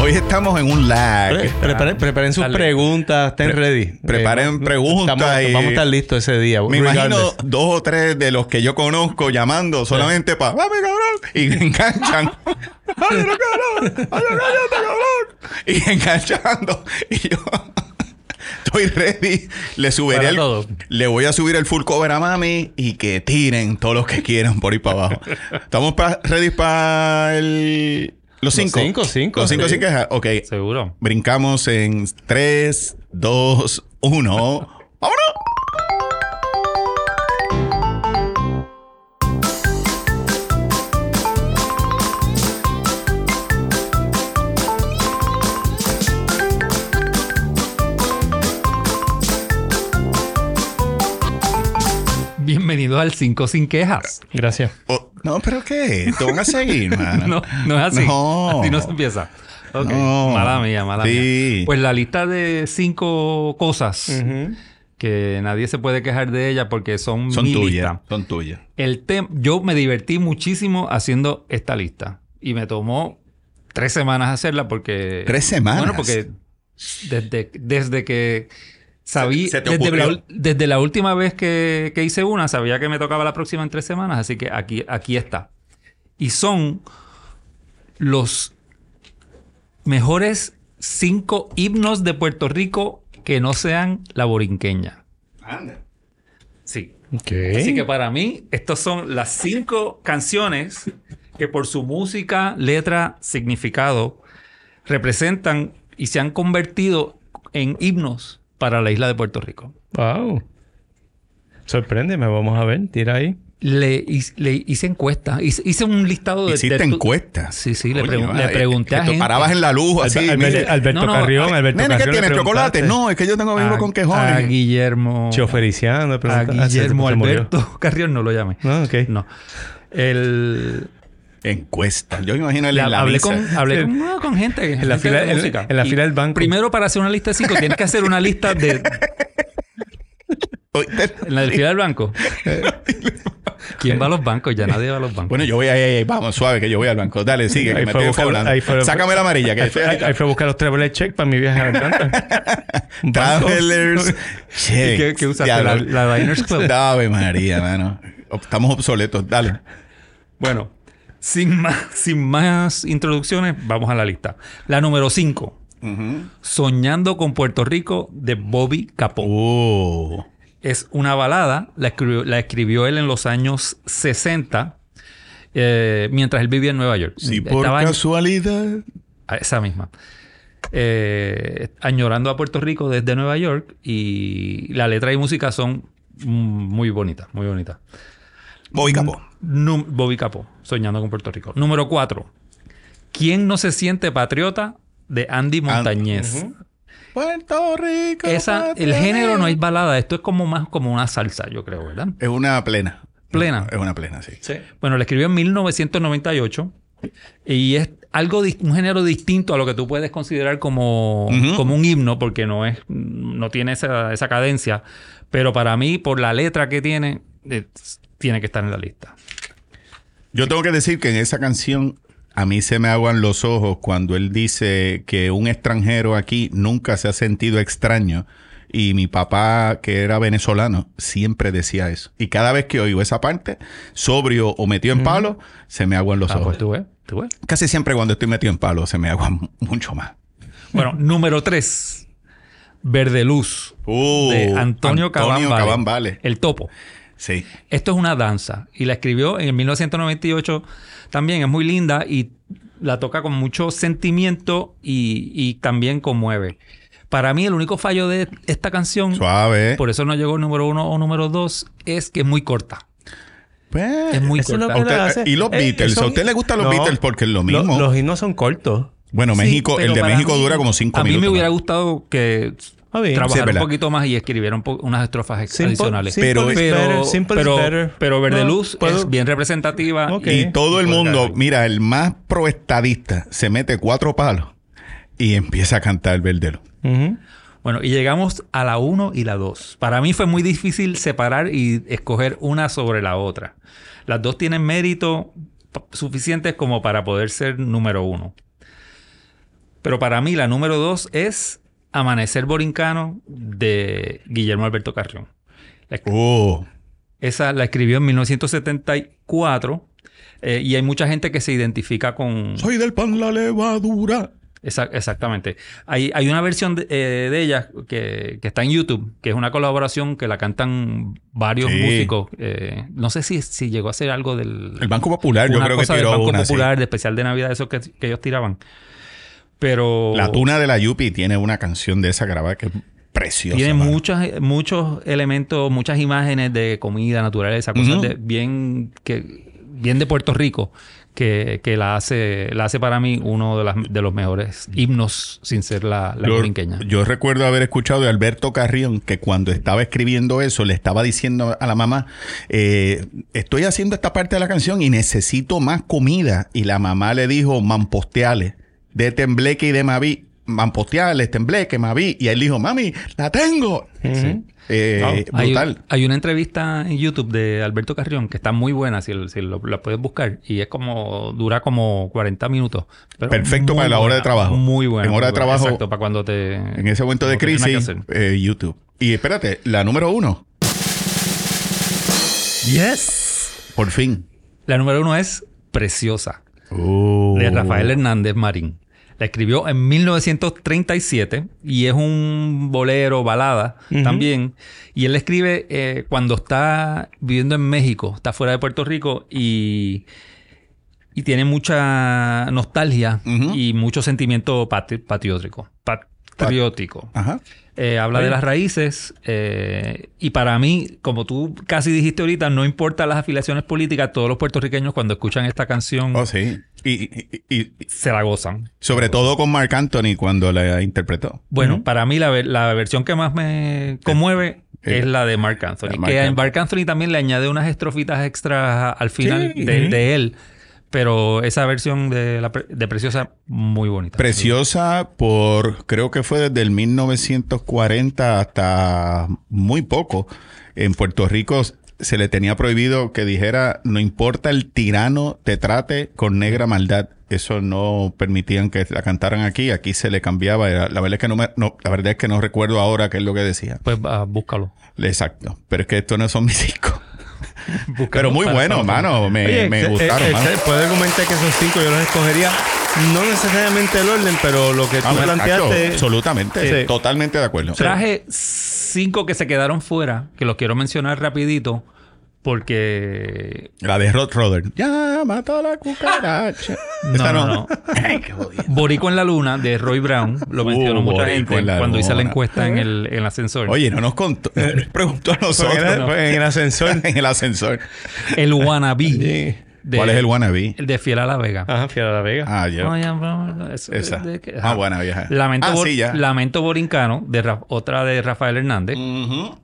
Speaker 2: Hoy estamos en un lag.
Speaker 4: Pre- preparen, preparen sus
Speaker 3: Dale.
Speaker 4: preguntas, estén ready. Eh,
Speaker 2: preparen preguntas
Speaker 4: estamos-
Speaker 2: y-
Speaker 4: Vamos a estar listos ese día.
Speaker 2: Me imagino
Speaker 4: regardless.
Speaker 2: dos o tres de los que yo conozco llamando solamente para ¡Dame, cabrón! Y me enganchan. ¡Dame, cabrón! ¡Dame, cállate, cabrón! Y enganchando. Y yo... Estoy ready. Le subiré
Speaker 3: Para
Speaker 2: el...
Speaker 3: todo.
Speaker 2: Le voy a subir el full cover a mami y que tiren todos los que quieran por ahí para abajo. ¿Estamos pa- ready para el... Los cinco?
Speaker 4: cinco, cinco,
Speaker 2: Los cinco,
Speaker 4: sí.
Speaker 2: sin queja. Ok.
Speaker 3: Seguro.
Speaker 2: Brincamos en 3, 2, 1. ¡Vámonos!
Speaker 3: Bienvenido al 5 sin quejas.
Speaker 4: Gracias.
Speaker 2: Oh, no, pero ¿qué? ¿Te van a seguir, mano?
Speaker 3: No, no es así.
Speaker 2: No.
Speaker 3: Así no se empieza. Ok.
Speaker 2: No.
Speaker 3: Mala mía, mala
Speaker 2: Sí.
Speaker 3: mía. Pues la lista de cinco cosas que nadie se puede quejar de ella porque son,
Speaker 2: Son
Speaker 3: mi
Speaker 2: tuyas.
Speaker 3: lista.
Speaker 2: Son tuyas.
Speaker 3: El tem- yo me divertí muchísimo haciendo esta lista. Y me tomó tres semanas hacerla porque...
Speaker 2: ¿Tres semanas?
Speaker 3: Bueno, porque desde, desde que sabí...
Speaker 2: Se- se te
Speaker 3: desde, la,
Speaker 2: ocurrió.
Speaker 3: ul- desde la última vez que, que hice una, sabía que me tocaba la próxima en tres semanas. Así que aquí, aquí está. Y son los mejores cinco himnos de Puerto Rico que no sean la borinqueña. Sí. Así que para mí, estas son las cinco canciones que por su música, letra, significado, representan y se han convertido en himnos para la isla de Puerto Rico.
Speaker 4: Wow. Sorpréndeme, vamos a ver, tira ahí.
Speaker 3: Le, hice- le hice encuesta, hice, hice un listado de...
Speaker 2: Hiciste
Speaker 3: de tu-
Speaker 2: encuestas. eh,
Speaker 3: Sí, sí, le,
Speaker 2: Coño,
Speaker 3: pregun-
Speaker 2: madre,
Speaker 3: le pregunté a
Speaker 2: que te
Speaker 3: gente.
Speaker 2: parabas en la luz así.
Speaker 4: Albe-
Speaker 2: mire,
Speaker 4: Alberto, Alberto
Speaker 3: No, no,
Speaker 4: Carrión, Alberto
Speaker 2: Nene, ¿qué
Speaker 4: Carrión. le
Speaker 2: tienes? ¿Chocolate?
Speaker 4: preguntaste.
Speaker 2: No, es que yo tengo vengo
Speaker 3: A-
Speaker 2: con
Speaker 3: A
Speaker 2: quejones.
Speaker 3: Guillermo...
Speaker 4: Chofericiano, le
Speaker 3: A
Speaker 4: preguntaste. Ah, se-
Speaker 3: Guillermo
Speaker 4: se murió.
Speaker 3: Alberto Carrión no lo llamé.
Speaker 4: Ah, ok.
Speaker 3: No. El...
Speaker 2: Encuestas. Yo me imagino el
Speaker 3: La-
Speaker 2: en la
Speaker 3: hablé
Speaker 2: misa.
Speaker 3: con, hablé con, no, con gente.
Speaker 4: la
Speaker 3: gente
Speaker 4: fila-
Speaker 3: de
Speaker 4: en-
Speaker 3: música.
Speaker 4: en la fila del banco.
Speaker 3: Primero, para hacer una lista de cinco, tienes que hacer una lista de. En la del fila del banco. ¿Quién va a los bancos? Ya nadie va a los bancos.
Speaker 2: Bueno, yo voy ahí, ahí, ahí, vamos, suave, que yo voy al banco. Dale, sigue, que
Speaker 4: Ahí
Speaker 2: me
Speaker 4: fue
Speaker 2: estoy
Speaker 4: a buscar-
Speaker 2: hablando.
Speaker 4: ahí fue-
Speaker 2: Sácame la amarilla, que
Speaker 4: Ahí fue,
Speaker 2: estoy
Speaker 4: ahí- ahí fue a buscar los traveler check para mi viaje a Atlanta. Un banco.
Speaker 2: Travelers.
Speaker 3: ¿Y qué, qué usaste? La, la Diners Club.
Speaker 2: Dave María, mano. Estamos obsoletos. Dale.
Speaker 3: Bueno, sin más, sin más introducciones, vamos a la lista. La número 5. Soñando con Puerto Rico de Bobby Capó.
Speaker 2: Oh.
Speaker 3: Es una balada, la escribió, la escribió él en los años 60, eh, mientras él vivía en Nueva York.
Speaker 2: Si por
Speaker 3: Estaba añ-
Speaker 2: casualidad.
Speaker 3: a esa misma. Eh, añorando a Puerto Rico desde Nueva York y la letra y música son mm, muy bonitas, muy bonitas.
Speaker 2: Bobby Capó.
Speaker 3: Num- Bobby Capó, Soñando con Puerto Rico. Número 4. ¿Quién no se siente patriota? De Andy Montañez.
Speaker 2: Puerto Rico.
Speaker 3: Esa, el género no es balada, esto es como más como una salsa, yo creo, ¿verdad?
Speaker 2: Es una plena.
Speaker 3: Plena.
Speaker 2: Es una plena, sí.
Speaker 3: Bueno, la escribió en 1998 Y es algo, dis- un género distinto a lo que tú puedes considerar como,
Speaker 2: Ujú.
Speaker 3: como un himno, porque no, es, no tiene esa, esa cadencia. Pero para mí, por la letra que tiene, eh, tiene que estar en la lista.
Speaker 2: Yo tengo que decir que en esa canción a mí se me aguan los ojos cuando él dice que un extranjero aquí nunca se ha sentido extraño. Y mi papá, que era venezolano, siempre decía eso. Y cada vez que oigo esa parte, sobrio o metido en palo, se me aguan los
Speaker 3: Ah,
Speaker 2: ojos.
Speaker 3: pues tú ves, tú ves.
Speaker 2: Casi siempre cuando estoy metido en palo, se me aguan mucho más.
Speaker 3: Bueno, número tres. Verde Luz.
Speaker 2: Uh,
Speaker 3: de Antonio, Cabán Vale.
Speaker 2: Cabán Vale.
Speaker 3: El topo.
Speaker 2: Sí.
Speaker 3: Esto es una danza y la escribió en el 1998 también, es muy linda y la toca con mucho sentimiento y, y también conmueve. Para mí el único fallo de esta canción,
Speaker 2: Suave.
Speaker 3: por eso no llegó número uno o número dos, es que es muy corta.
Speaker 2: Pues,
Speaker 3: Es muy
Speaker 1: eso
Speaker 3: corta.
Speaker 1: no-
Speaker 2: a usted-
Speaker 1: la hace-
Speaker 2: y los
Speaker 1: eh,
Speaker 2: Beatles.
Speaker 1: son-
Speaker 2: ¿A usted le gustan los
Speaker 1: No.
Speaker 2: Beatles? Porque es lo
Speaker 1: Lo-
Speaker 2: mismo.
Speaker 1: los himnos son cortos.
Speaker 2: Bueno,
Speaker 3: Sí,
Speaker 2: México,
Speaker 3: pero
Speaker 2: el de
Speaker 3: para
Speaker 2: México
Speaker 3: mí-
Speaker 2: dura como cinco
Speaker 3: A mí
Speaker 2: minutos.
Speaker 3: me hubiera
Speaker 2: ¿no?
Speaker 3: gustado que
Speaker 1: Ah, bien.
Speaker 2: Sí, es
Speaker 3: trabajara un
Speaker 2: verdad.
Speaker 3: poquito más y escribiera un po- unas estrofas ex-
Speaker 1: Simple-
Speaker 3: adicionales.
Speaker 1: simple
Speaker 2: Pero-
Speaker 1: is
Speaker 3: pero,
Speaker 1: better, simple is
Speaker 3: pero,
Speaker 1: better.
Speaker 3: pero Verde
Speaker 1: No,
Speaker 3: Luz
Speaker 1: puedo-
Speaker 3: es bien representativa.
Speaker 1: Ok.
Speaker 2: Y todo el
Speaker 3: Por
Speaker 2: mundo,
Speaker 3: Gaby.
Speaker 2: mira, el más proestadista se mete cuatro palos y empieza a cantar el verdelo.
Speaker 1: Ujú.
Speaker 3: Bueno, y llegamos a la 1 y la 2. Para mí fue muy difícil separar y escoger una sobre la otra. Las dos tienen mérito p- suficientes como para poder ser número uno. Pero para mí la número 2 es Amanecer Borincano de Guillermo Alberto Carrión. La escri-
Speaker 2: Oh,
Speaker 3: Esa la escribió en 1974 eh, y hay mucha gente que se identifica con,
Speaker 2: soy del pan la levadura.
Speaker 3: Esa- exactamente. Hay, hay una versión de, eh, de ella que, que está en YouTube, que es una colaboración que la cantan varios
Speaker 2: Sí.
Speaker 3: músicos. Eh, no sé si, si llegó a ser algo del...
Speaker 2: El Banco Popular, yo
Speaker 3: una
Speaker 2: creo que
Speaker 3: cosa del
Speaker 2: tiró
Speaker 3: Banco
Speaker 2: una. sí.
Speaker 3: Popular, de especial de Navidad, esos que, que ellos tiraban. Pero...
Speaker 2: La tuna de la Yupi tiene una canción de esa grabada que es preciosa.
Speaker 3: Tiene
Speaker 2: mano.
Speaker 3: muchas, muchos elementos, muchas imágenes de comida, naturaleza, cosas
Speaker 2: Ujú.
Speaker 3: de- bien, que, bien de Puerto Rico, que, que la, hace, la hace para mí uno de, las, de los mejores himnos, sin ser la, la
Speaker 2: Yo,
Speaker 3: borinqueña.
Speaker 2: yo recuerdo haber escuchado de Alberto Carrión que cuando estaba escribiendo eso le estaba diciendo a la mamá, eh, estoy haciendo esta parte de la canción y necesito más comida. Y la mamá le dijo, mamposteales, de tembleque y de maví. Mamposteales, tembleque, maví. Y él dijo, mami, la tengo.
Speaker 1: Ujú.
Speaker 2: Eh,
Speaker 3: Oh, Hay,
Speaker 2: brutal.
Speaker 3: hay una entrevista en YouTube de Alberto Carrión que está muy buena, si, si lo- la puedes buscar, y es como, dura como 40 minutos. pero
Speaker 2: Perfecto
Speaker 3: muy
Speaker 2: para la hora de trabajo.
Speaker 3: Muy buena.
Speaker 2: En hora de
Speaker 3: muy buena.
Speaker 2: trabajo,
Speaker 3: Exacto, para cuando te...
Speaker 2: En ese momento de
Speaker 3: cuando tengas
Speaker 2: crisis,
Speaker 3: que hacer.
Speaker 2: eh, YouTube. Y espérate, la número uno,
Speaker 3: Yes.
Speaker 2: por fin.
Speaker 3: La número uno es Preciosa,
Speaker 2: Oh.
Speaker 3: de Rafael Hernández Marín. La escribió en 1937 y es un bolero, balada
Speaker 1: Ujú.
Speaker 3: también. Y él la escribe eh, cuando está viviendo en México, está fuera de Puerto Rico y, y tiene mucha nostalgia
Speaker 2: Ujú.
Speaker 3: y mucho sentimiento patri- patriótico. Patriótico.
Speaker 2: Ajá.
Speaker 3: Eh, habla de las raíces eh, y para mí, como tú casi dijiste ahorita, no importa las afiliaciones políticas, todos los puertorriqueños cuando escuchan esta canción
Speaker 4: Mm.
Speaker 2: Oh, sí. Y- y- y,
Speaker 3: se la gozan.
Speaker 2: Sobre todo con Mark Anthony cuando la interpretó.
Speaker 3: Bueno, para mí la, ver- la versión que más me conmueve
Speaker 2: Eh,
Speaker 3: es la de Mark Anthony.
Speaker 2: la Marc
Speaker 3: que a
Speaker 2: Anthony.
Speaker 3: Mark Anthony también le añade unas estrofitas extras al final
Speaker 2: Sí.
Speaker 3: de,
Speaker 2: Ujú.
Speaker 3: de él. Pero esa versión de, la pre- de Preciosa, muy bonita.
Speaker 2: Preciosa por, creo que fue desde el 1940 hasta muy poco. En Puerto Rico se le tenía prohibido que dijera, no importa el tirano te trate con negra maldad. Eso no permitían que la cantaran aquí. Aquí se le cambiaba. Era- La verdad es que no, me- no- la verdad es que no recuerdo ahora qué es lo que decía.
Speaker 3: Pues ah, búscalo.
Speaker 2: Exacto. Pero es que estos no son mis discos.
Speaker 3: Búscalo
Speaker 2: Pero muy
Speaker 3: para-
Speaker 2: bueno,
Speaker 3: para-
Speaker 2: mano. Me,
Speaker 4: Oye,
Speaker 2: me
Speaker 4: excel-
Speaker 2: gustaron,
Speaker 4: eh,
Speaker 2: mano.
Speaker 4: excel- puedo comentar que esos cinco yo los escogería. No necesariamente el orden, pero lo que tú
Speaker 2: Ah, bueno,
Speaker 4: planteaste.
Speaker 2: Cacho, absolutamente,
Speaker 4: Sí.
Speaker 2: totalmente de acuerdo.
Speaker 3: Traje cinco que se quedaron fuera, que los quiero mencionar rapidito, porque...
Speaker 2: La de Rod Roder. Ya mató a la cucaracha. Esa
Speaker 3: no, no. Borico en la Luna, de Roy Brown, lo
Speaker 2: Uh,
Speaker 3: mencionó mucha
Speaker 2: Boricua
Speaker 3: gente
Speaker 2: en la
Speaker 3: cuando hice la
Speaker 2: Luna.
Speaker 3: encuesta en el, en el ascensor.
Speaker 2: Oye, no nos contó. no nos preguntó a
Speaker 1: Fue en,
Speaker 2: nosotros.
Speaker 1: el, fue en el ascensor.
Speaker 2: En el ascensor.
Speaker 3: El Wannabe.
Speaker 1: Sí.
Speaker 3: de-
Speaker 2: ¿Cuál es el wannabe?
Speaker 3: El de Fiel a la Vega.
Speaker 1: Ajá, Fiera de la Vega.
Speaker 2: Ah,
Speaker 3: No,
Speaker 2: ya.
Speaker 3: Oh, ya, no, no, eso
Speaker 2: Esa.
Speaker 3: de- de-
Speaker 2: Ah,
Speaker 3: ajá.
Speaker 2: buena vieja.
Speaker 3: Lamento,
Speaker 2: Ah,
Speaker 3: Bor-
Speaker 2: sí, ya. Mm.
Speaker 3: Lamento Borincano, de Ra- otra de Rafael Hernández.
Speaker 2: Ujú.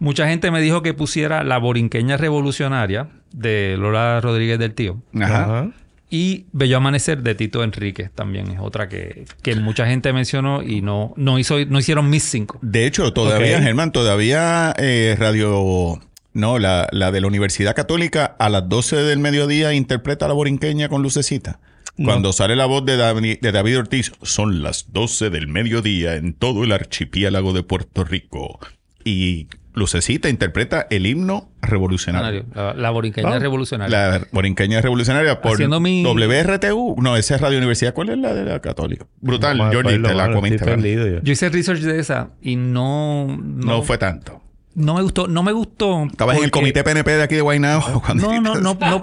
Speaker 3: Mucha gente me dijo que pusiera La Borinqueña Revolucionaria, de Lola Rodríguez del Tío.
Speaker 2: Ajá.
Speaker 1: Ajá.
Speaker 3: Y Bello Amanecer de Tito Enríquez también es otra que, que mucha gente mencionó y no, no, hizo, no hicieron mis cinco.
Speaker 2: De hecho, todavía,
Speaker 1: Ok.
Speaker 2: Germán, todavía eh, Radio. No, la, la de la Universidad Católica a las 12 del mediodía interpreta a la borinqueña con lucecita. Cuando sale la voz de, Davi- de David Ortiz, son las 12 del mediodía en todo el archipiélago de Puerto Rico. Y Lucecita interpreta el himno revolucionario.
Speaker 3: La, la borinqueña
Speaker 1: Ah,
Speaker 3: revolucionaria.
Speaker 2: La borinqueña revolucionaria por
Speaker 3: Haciendo mi-
Speaker 2: WRTU. No, esa es Radio Universidad. ¿Cuál es la de la Católica? Brutal,
Speaker 1: Vamos a
Speaker 2: Jordi,
Speaker 1: verlo,
Speaker 2: te la
Speaker 1: mano,
Speaker 2: comiste.
Speaker 1: pues, estoy
Speaker 2: ¿verdad?
Speaker 1: perdido yo.
Speaker 3: Yo hice research de esa y no...
Speaker 2: No, fue tanto.
Speaker 3: No me gustó. No me gustó.
Speaker 2: Estabas en el
Speaker 3: porque-
Speaker 2: comité PNP de aquí de Guaynabo. cuando-
Speaker 3: No, no, no, no.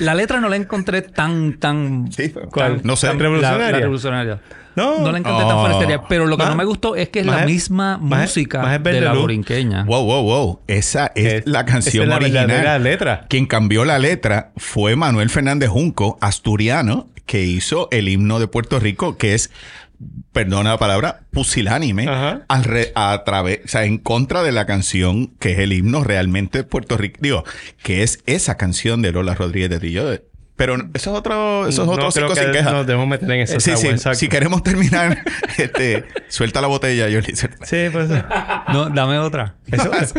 Speaker 3: La letra no la encontré tan, tan...
Speaker 2: Sí,
Speaker 1: ¿Cuál?
Speaker 2: No sé.
Speaker 3: tan- la-
Speaker 1: ¿Revolucionaria?
Speaker 3: La, revolucionaria.
Speaker 1: No.
Speaker 3: No la encontré
Speaker 2: Oh.
Speaker 3: tan forestaria. Pero lo que
Speaker 1: Más-
Speaker 3: no me gustó es que es la
Speaker 1: más-
Speaker 3: misma
Speaker 1: más-
Speaker 3: música
Speaker 1: más es
Speaker 3: de
Speaker 1: Verde
Speaker 3: la
Speaker 1: Luz.
Speaker 3: borinqueña.
Speaker 2: Wow, wow, wow. Esa es,
Speaker 1: Es-
Speaker 2: la
Speaker 1: esa
Speaker 2: canción
Speaker 1: es la verdadera
Speaker 2: original.
Speaker 1: letra.
Speaker 2: Quien cambió la letra fue Manuel Fernández Junco, asturiano, que hizo el himno de Puerto Rico, que es, perdona la palabra, pusilánime,
Speaker 1: Ajá.
Speaker 2: al re- a través, o sea, en contra de la canción que es el himno realmente de Puerto Rico. Digo, que es esa canción de Lola Rodríguez de Tillo. Pero eso es otro, eso es otro
Speaker 1: no, creo
Speaker 2: cinco sin
Speaker 1: que
Speaker 2: queja.
Speaker 1: nos debemos meter en eso.
Speaker 2: Eh, Sí, sí.
Speaker 1: exacto.
Speaker 2: Si queremos terminar, este, suelta la botella, yo le hice-
Speaker 1: Sí, pues, eso-
Speaker 3: No, dame otra.
Speaker 1: eso es.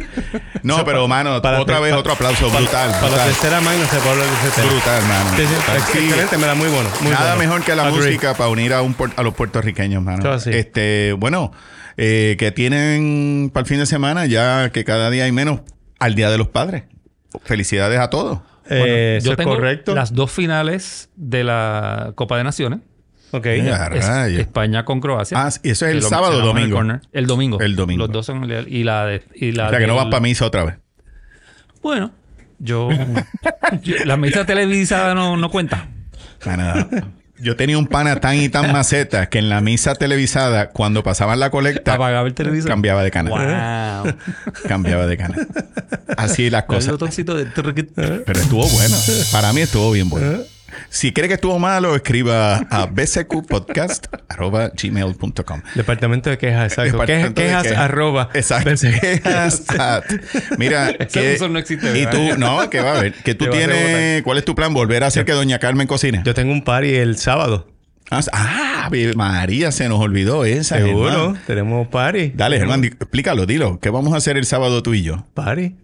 Speaker 2: No, pero mano,
Speaker 1: para-
Speaker 2: otra vez
Speaker 1: para-
Speaker 2: otro aplauso. brutal,
Speaker 1: Para la
Speaker 2: brutal,
Speaker 1: tercera mano se puede hablar de ese tema.
Speaker 2: brutal, mano.
Speaker 1: Sí, sí,
Speaker 2: Brutal. Sí,
Speaker 1: Excelente, me da muy bueno. muy
Speaker 2: Nada
Speaker 1: bueno.
Speaker 2: mejor que la
Speaker 1: Agree.
Speaker 2: música para unir a, un puer- a los puertorriqueños, mano.
Speaker 1: Todo así.
Speaker 2: Este, bueno, eh, que tienen para el fin de semana ya que cada día hay menos al Día de los Padres. Felicidades a todos.
Speaker 1: Eh, eso es correcto.
Speaker 3: las dos finales de la Copa de Naciones.
Speaker 1: Ok.
Speaker 2: Ya,
Speaker 3: Es-
Speaker 2: Eh, rayos.
Speaker 3: España con Croacia.
Speaker 2: Ah, y eso es
Speaker 3: Que
Speaker 2: el
Speaker 3: lo
Speaker 2: sábado o
Speaker 3: mencionamos en el
Speaker 2: domingo.
Speaker 3: corner. El domingo.
Speaker 2: El domingo.
Speaker 3: Los dos son el- y la de, y la
Speaker 2: o sea que no
Speaker 3: del-
Speaker 2: vas para misa otra vez.
Speaker 3: Bueno, yo, yo- la misa televisada no, no cuenta.
Speaker 2: Pana, Yo tenía un pana tan y tan maceta que en la misa televisada, cuando pasaban la colecta,
Speaker 3: Apagaba el televisor.
Speaker 2: cambiaba de canal.
Speaker 3: Wow.
Speaker 2: Cambiaba de canal. Así las
Speaker 3: Con el
Speaker 2: cosas.
Speaker 3: botoncito de truc-
Speaker 2: Pero estuvo bueno. Para mí estuvo bien bueno. Si cree que estuvo malo, escriba a bcqpodcast.gmail.com.
Speaker 1: Departamento de quejas, exacto.
Speaker 2: Departamento de
Speaker 1: quejas, quejas,
Speaker 2: quejas.
Speaker 1: arroba.
Speaker 2: Exacto. Quejas at- Mira, que-
Speaker 3: buzón no existe,
Speaker 2: Y
Speaker 3: ¿verdad?
Speaker 2: tú, no, que va a ver. Que tú
Speaker 1: Te va a
Speaker 2: tienes.
Speaker 1: rebotar.
Speaker 2: ¿Cuál es tu plan? Volver a hacer que Doña Carmen cocine.
Speaker 1: Yo tengo un party el sábado.
Speaker 2: Ah, s- Ah, Ave María, se nos olvidó esa.
Speaker 1: Seguro.
Speaker 2: Germán.
Speaker 1: Tenemos party.
Speaker 2: Dale, Germán, di- explícalo, dilo. ¿Qué vamos a hacer el sábado tú y yo?
Speaker 1: Party.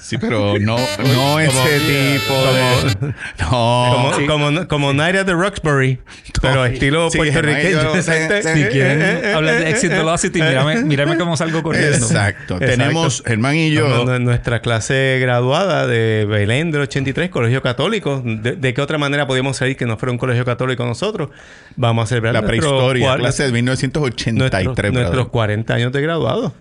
Speaker 2: Sí, pero no, no ese tipo de. No.
Speaker 1: Como, como, como Night at the Roxbury, pero estilo
Speaker 2: Sí, Jamaica,
Speaker 1: puertorriqueño. eh,
Speaker 2: o sea,
Speaker 1: Exacto.
Speaker 2: sí.
Speaker 3: Si quieren hablar de Exit Velocity, mírame, mírame cómo salgo corriendo.
Speaker 2: Exacto. Tenemos Germán y yo.
Speaker 1: No, no, no, nuestra clase graduada de Belén del 83, colegio católico. ¿De, de qué otra manera podíamos salir que no fuera un colegio católico nosotros? Vamos a celebrar
Speaker 2: La
Speaker 1: nuestro
Speaker 2: prehistoria,
Speaker 1: cua-
Speaker 2: clase de 1983.
Speaker 1: nuestros,
Speaker 2: brother.
Speaker 1: nuestros 40 años de graduado.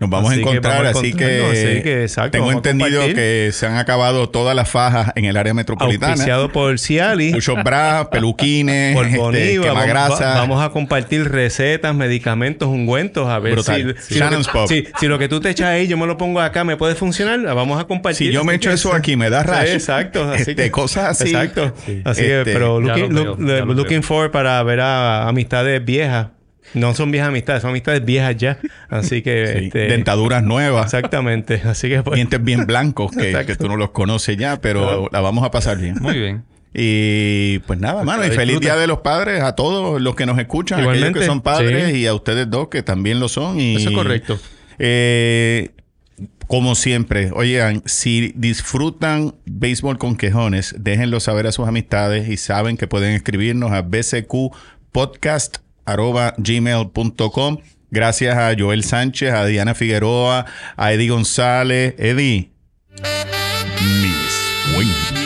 Speaker 2: Nos vamos a
Speaker 1: Así que
Speaker 2: encontrar,
Speaker 1: vamos a
Speaker 2: así que,
Speaker 1: encontrarnos, así que, exacto,
Speaker 2: tengo
Speaker 1: vamos a
Speaker 2: entendido
Speaker 1: compartir.
Speaker 2: que se han acabado todas las fajas en el área metropolitana.
Speaker 1: Auspiciado por Ciali.
Speaker 2: Muchos bras, peluquines,
Speaker 1: Por
Speaker 2: este,
Speaker 1: Boniva,
Speaker 2: quemagrasa.
Speaker 1: vamos, va- vamos a compartir recetas, medicamentos, ungüentos, a ver
Speaker 2: Brutal.
Speaker 1: si,
Speaker 2: Sí.
Speaker 1: si, lo
Speaker 2: Shannon's Pop.
Speaker 1: que, si- si lo que tú te echas ahí, yo me lo pongo acá, me puede funcionar, La vamos a compartir.
Speaker 2: Si yo me echo eso aquí, me da rash.
Speaker 1: Sí, Eh, exacto, así
Speaker 2: Este,
Speaker 1: que-
Speaker 2: cosas así.
Speaker 1: Exacto. Así que,
Speaker 2: Este,
Speaker 1: pero
Speaker 3: Ya
Speaker 1: looking,
Speaker 3: lo veo,
Speaker 1: look-
Speaker 3: ya lo
Speaker 1: looking
Speaker 3: veo.
Speaker 1: forward para ver a amistades viejas. No son viejas amistades, son amistades viejas ya. Así que,
Speaker 2: sí,
Speaker 1: este,
Speaker 2: dentaduras nuevas,
Speaker 1: exactamente. Así que, pues,
Speaker 2: dientes bien blancos que,
Speaker 1: Exacto.
Speaker 2: que tú no los conoces ya, pero la vamos a pasar bien.
Speaker 3: Muy bien.
Speaker 2: Y pues nada, mano, y
Speaker 1: la
Speaker 2: feliz
Speaker 1: disfruten.
Speaker 2: Día de los Padres a todos los que nos escuchan, a aquellos que
Speaker 1: Igualmente,
Speaker 2: son padres
Speaker 1: sí.
Speaker 2: y a ustedes dos que también lo son. Y,
Speaker 1: Eso es correcto.
Speaker 2: Eh, como siempre, oigan, si disfrutan béisbol con quejones, déjenlo saber a sus amistades y saben que pueden escribirnos a bcqpodcast.gmail.com. Gracias a Joel Sánchez, a Diana Figueroa, a Eddie González. Eddie. Mis fuentes.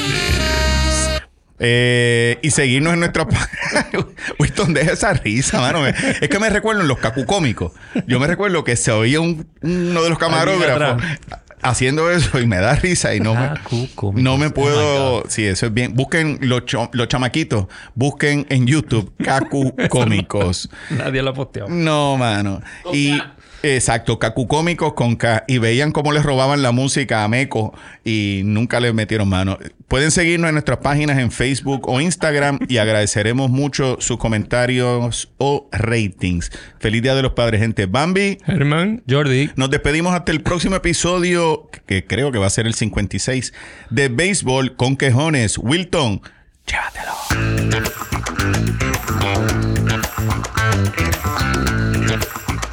Speaker 2: Eh, y seguirnos en nuestra página. Winston, deja esa risa, mano. Me- Es que me recuerdo en los cacucómicos. Yo me recuerdo que se oía un- uno de los camarógrafos haciendo eso y me da risa y no me,
Speaker 3: Cacucómicos.
Speaker 2: no me
Speaker 3: Oh
Speaker 2: puedo.
Speaker 3: my
Speaker 2: sí, eso es bien. Busquen los, cho- los chamaquitos, busquen en YouTube cacucómicos.
Speaker 3: Nadie lo ha posteado.
Speaker 2: No, mano. Y exacto, cacucómicos con K. Y veían cómo les robaban la música a Meco y nunca les metieron mano. Pueden seguirnos en nuestras páginas en Facebook o Instagram y agradeceremos mucho sus comentarios o ratings. Feliz Día de los Padres, gente. Bambi.
Speaker 1: Germán,
Speaker 3: Jordi,
Speaker 2: Nos despedimos hasta el próximo episodio, que creo que va a ser el 56, de Béisbol con Quejones. Wilton,
Speaker 1: Llévatelo.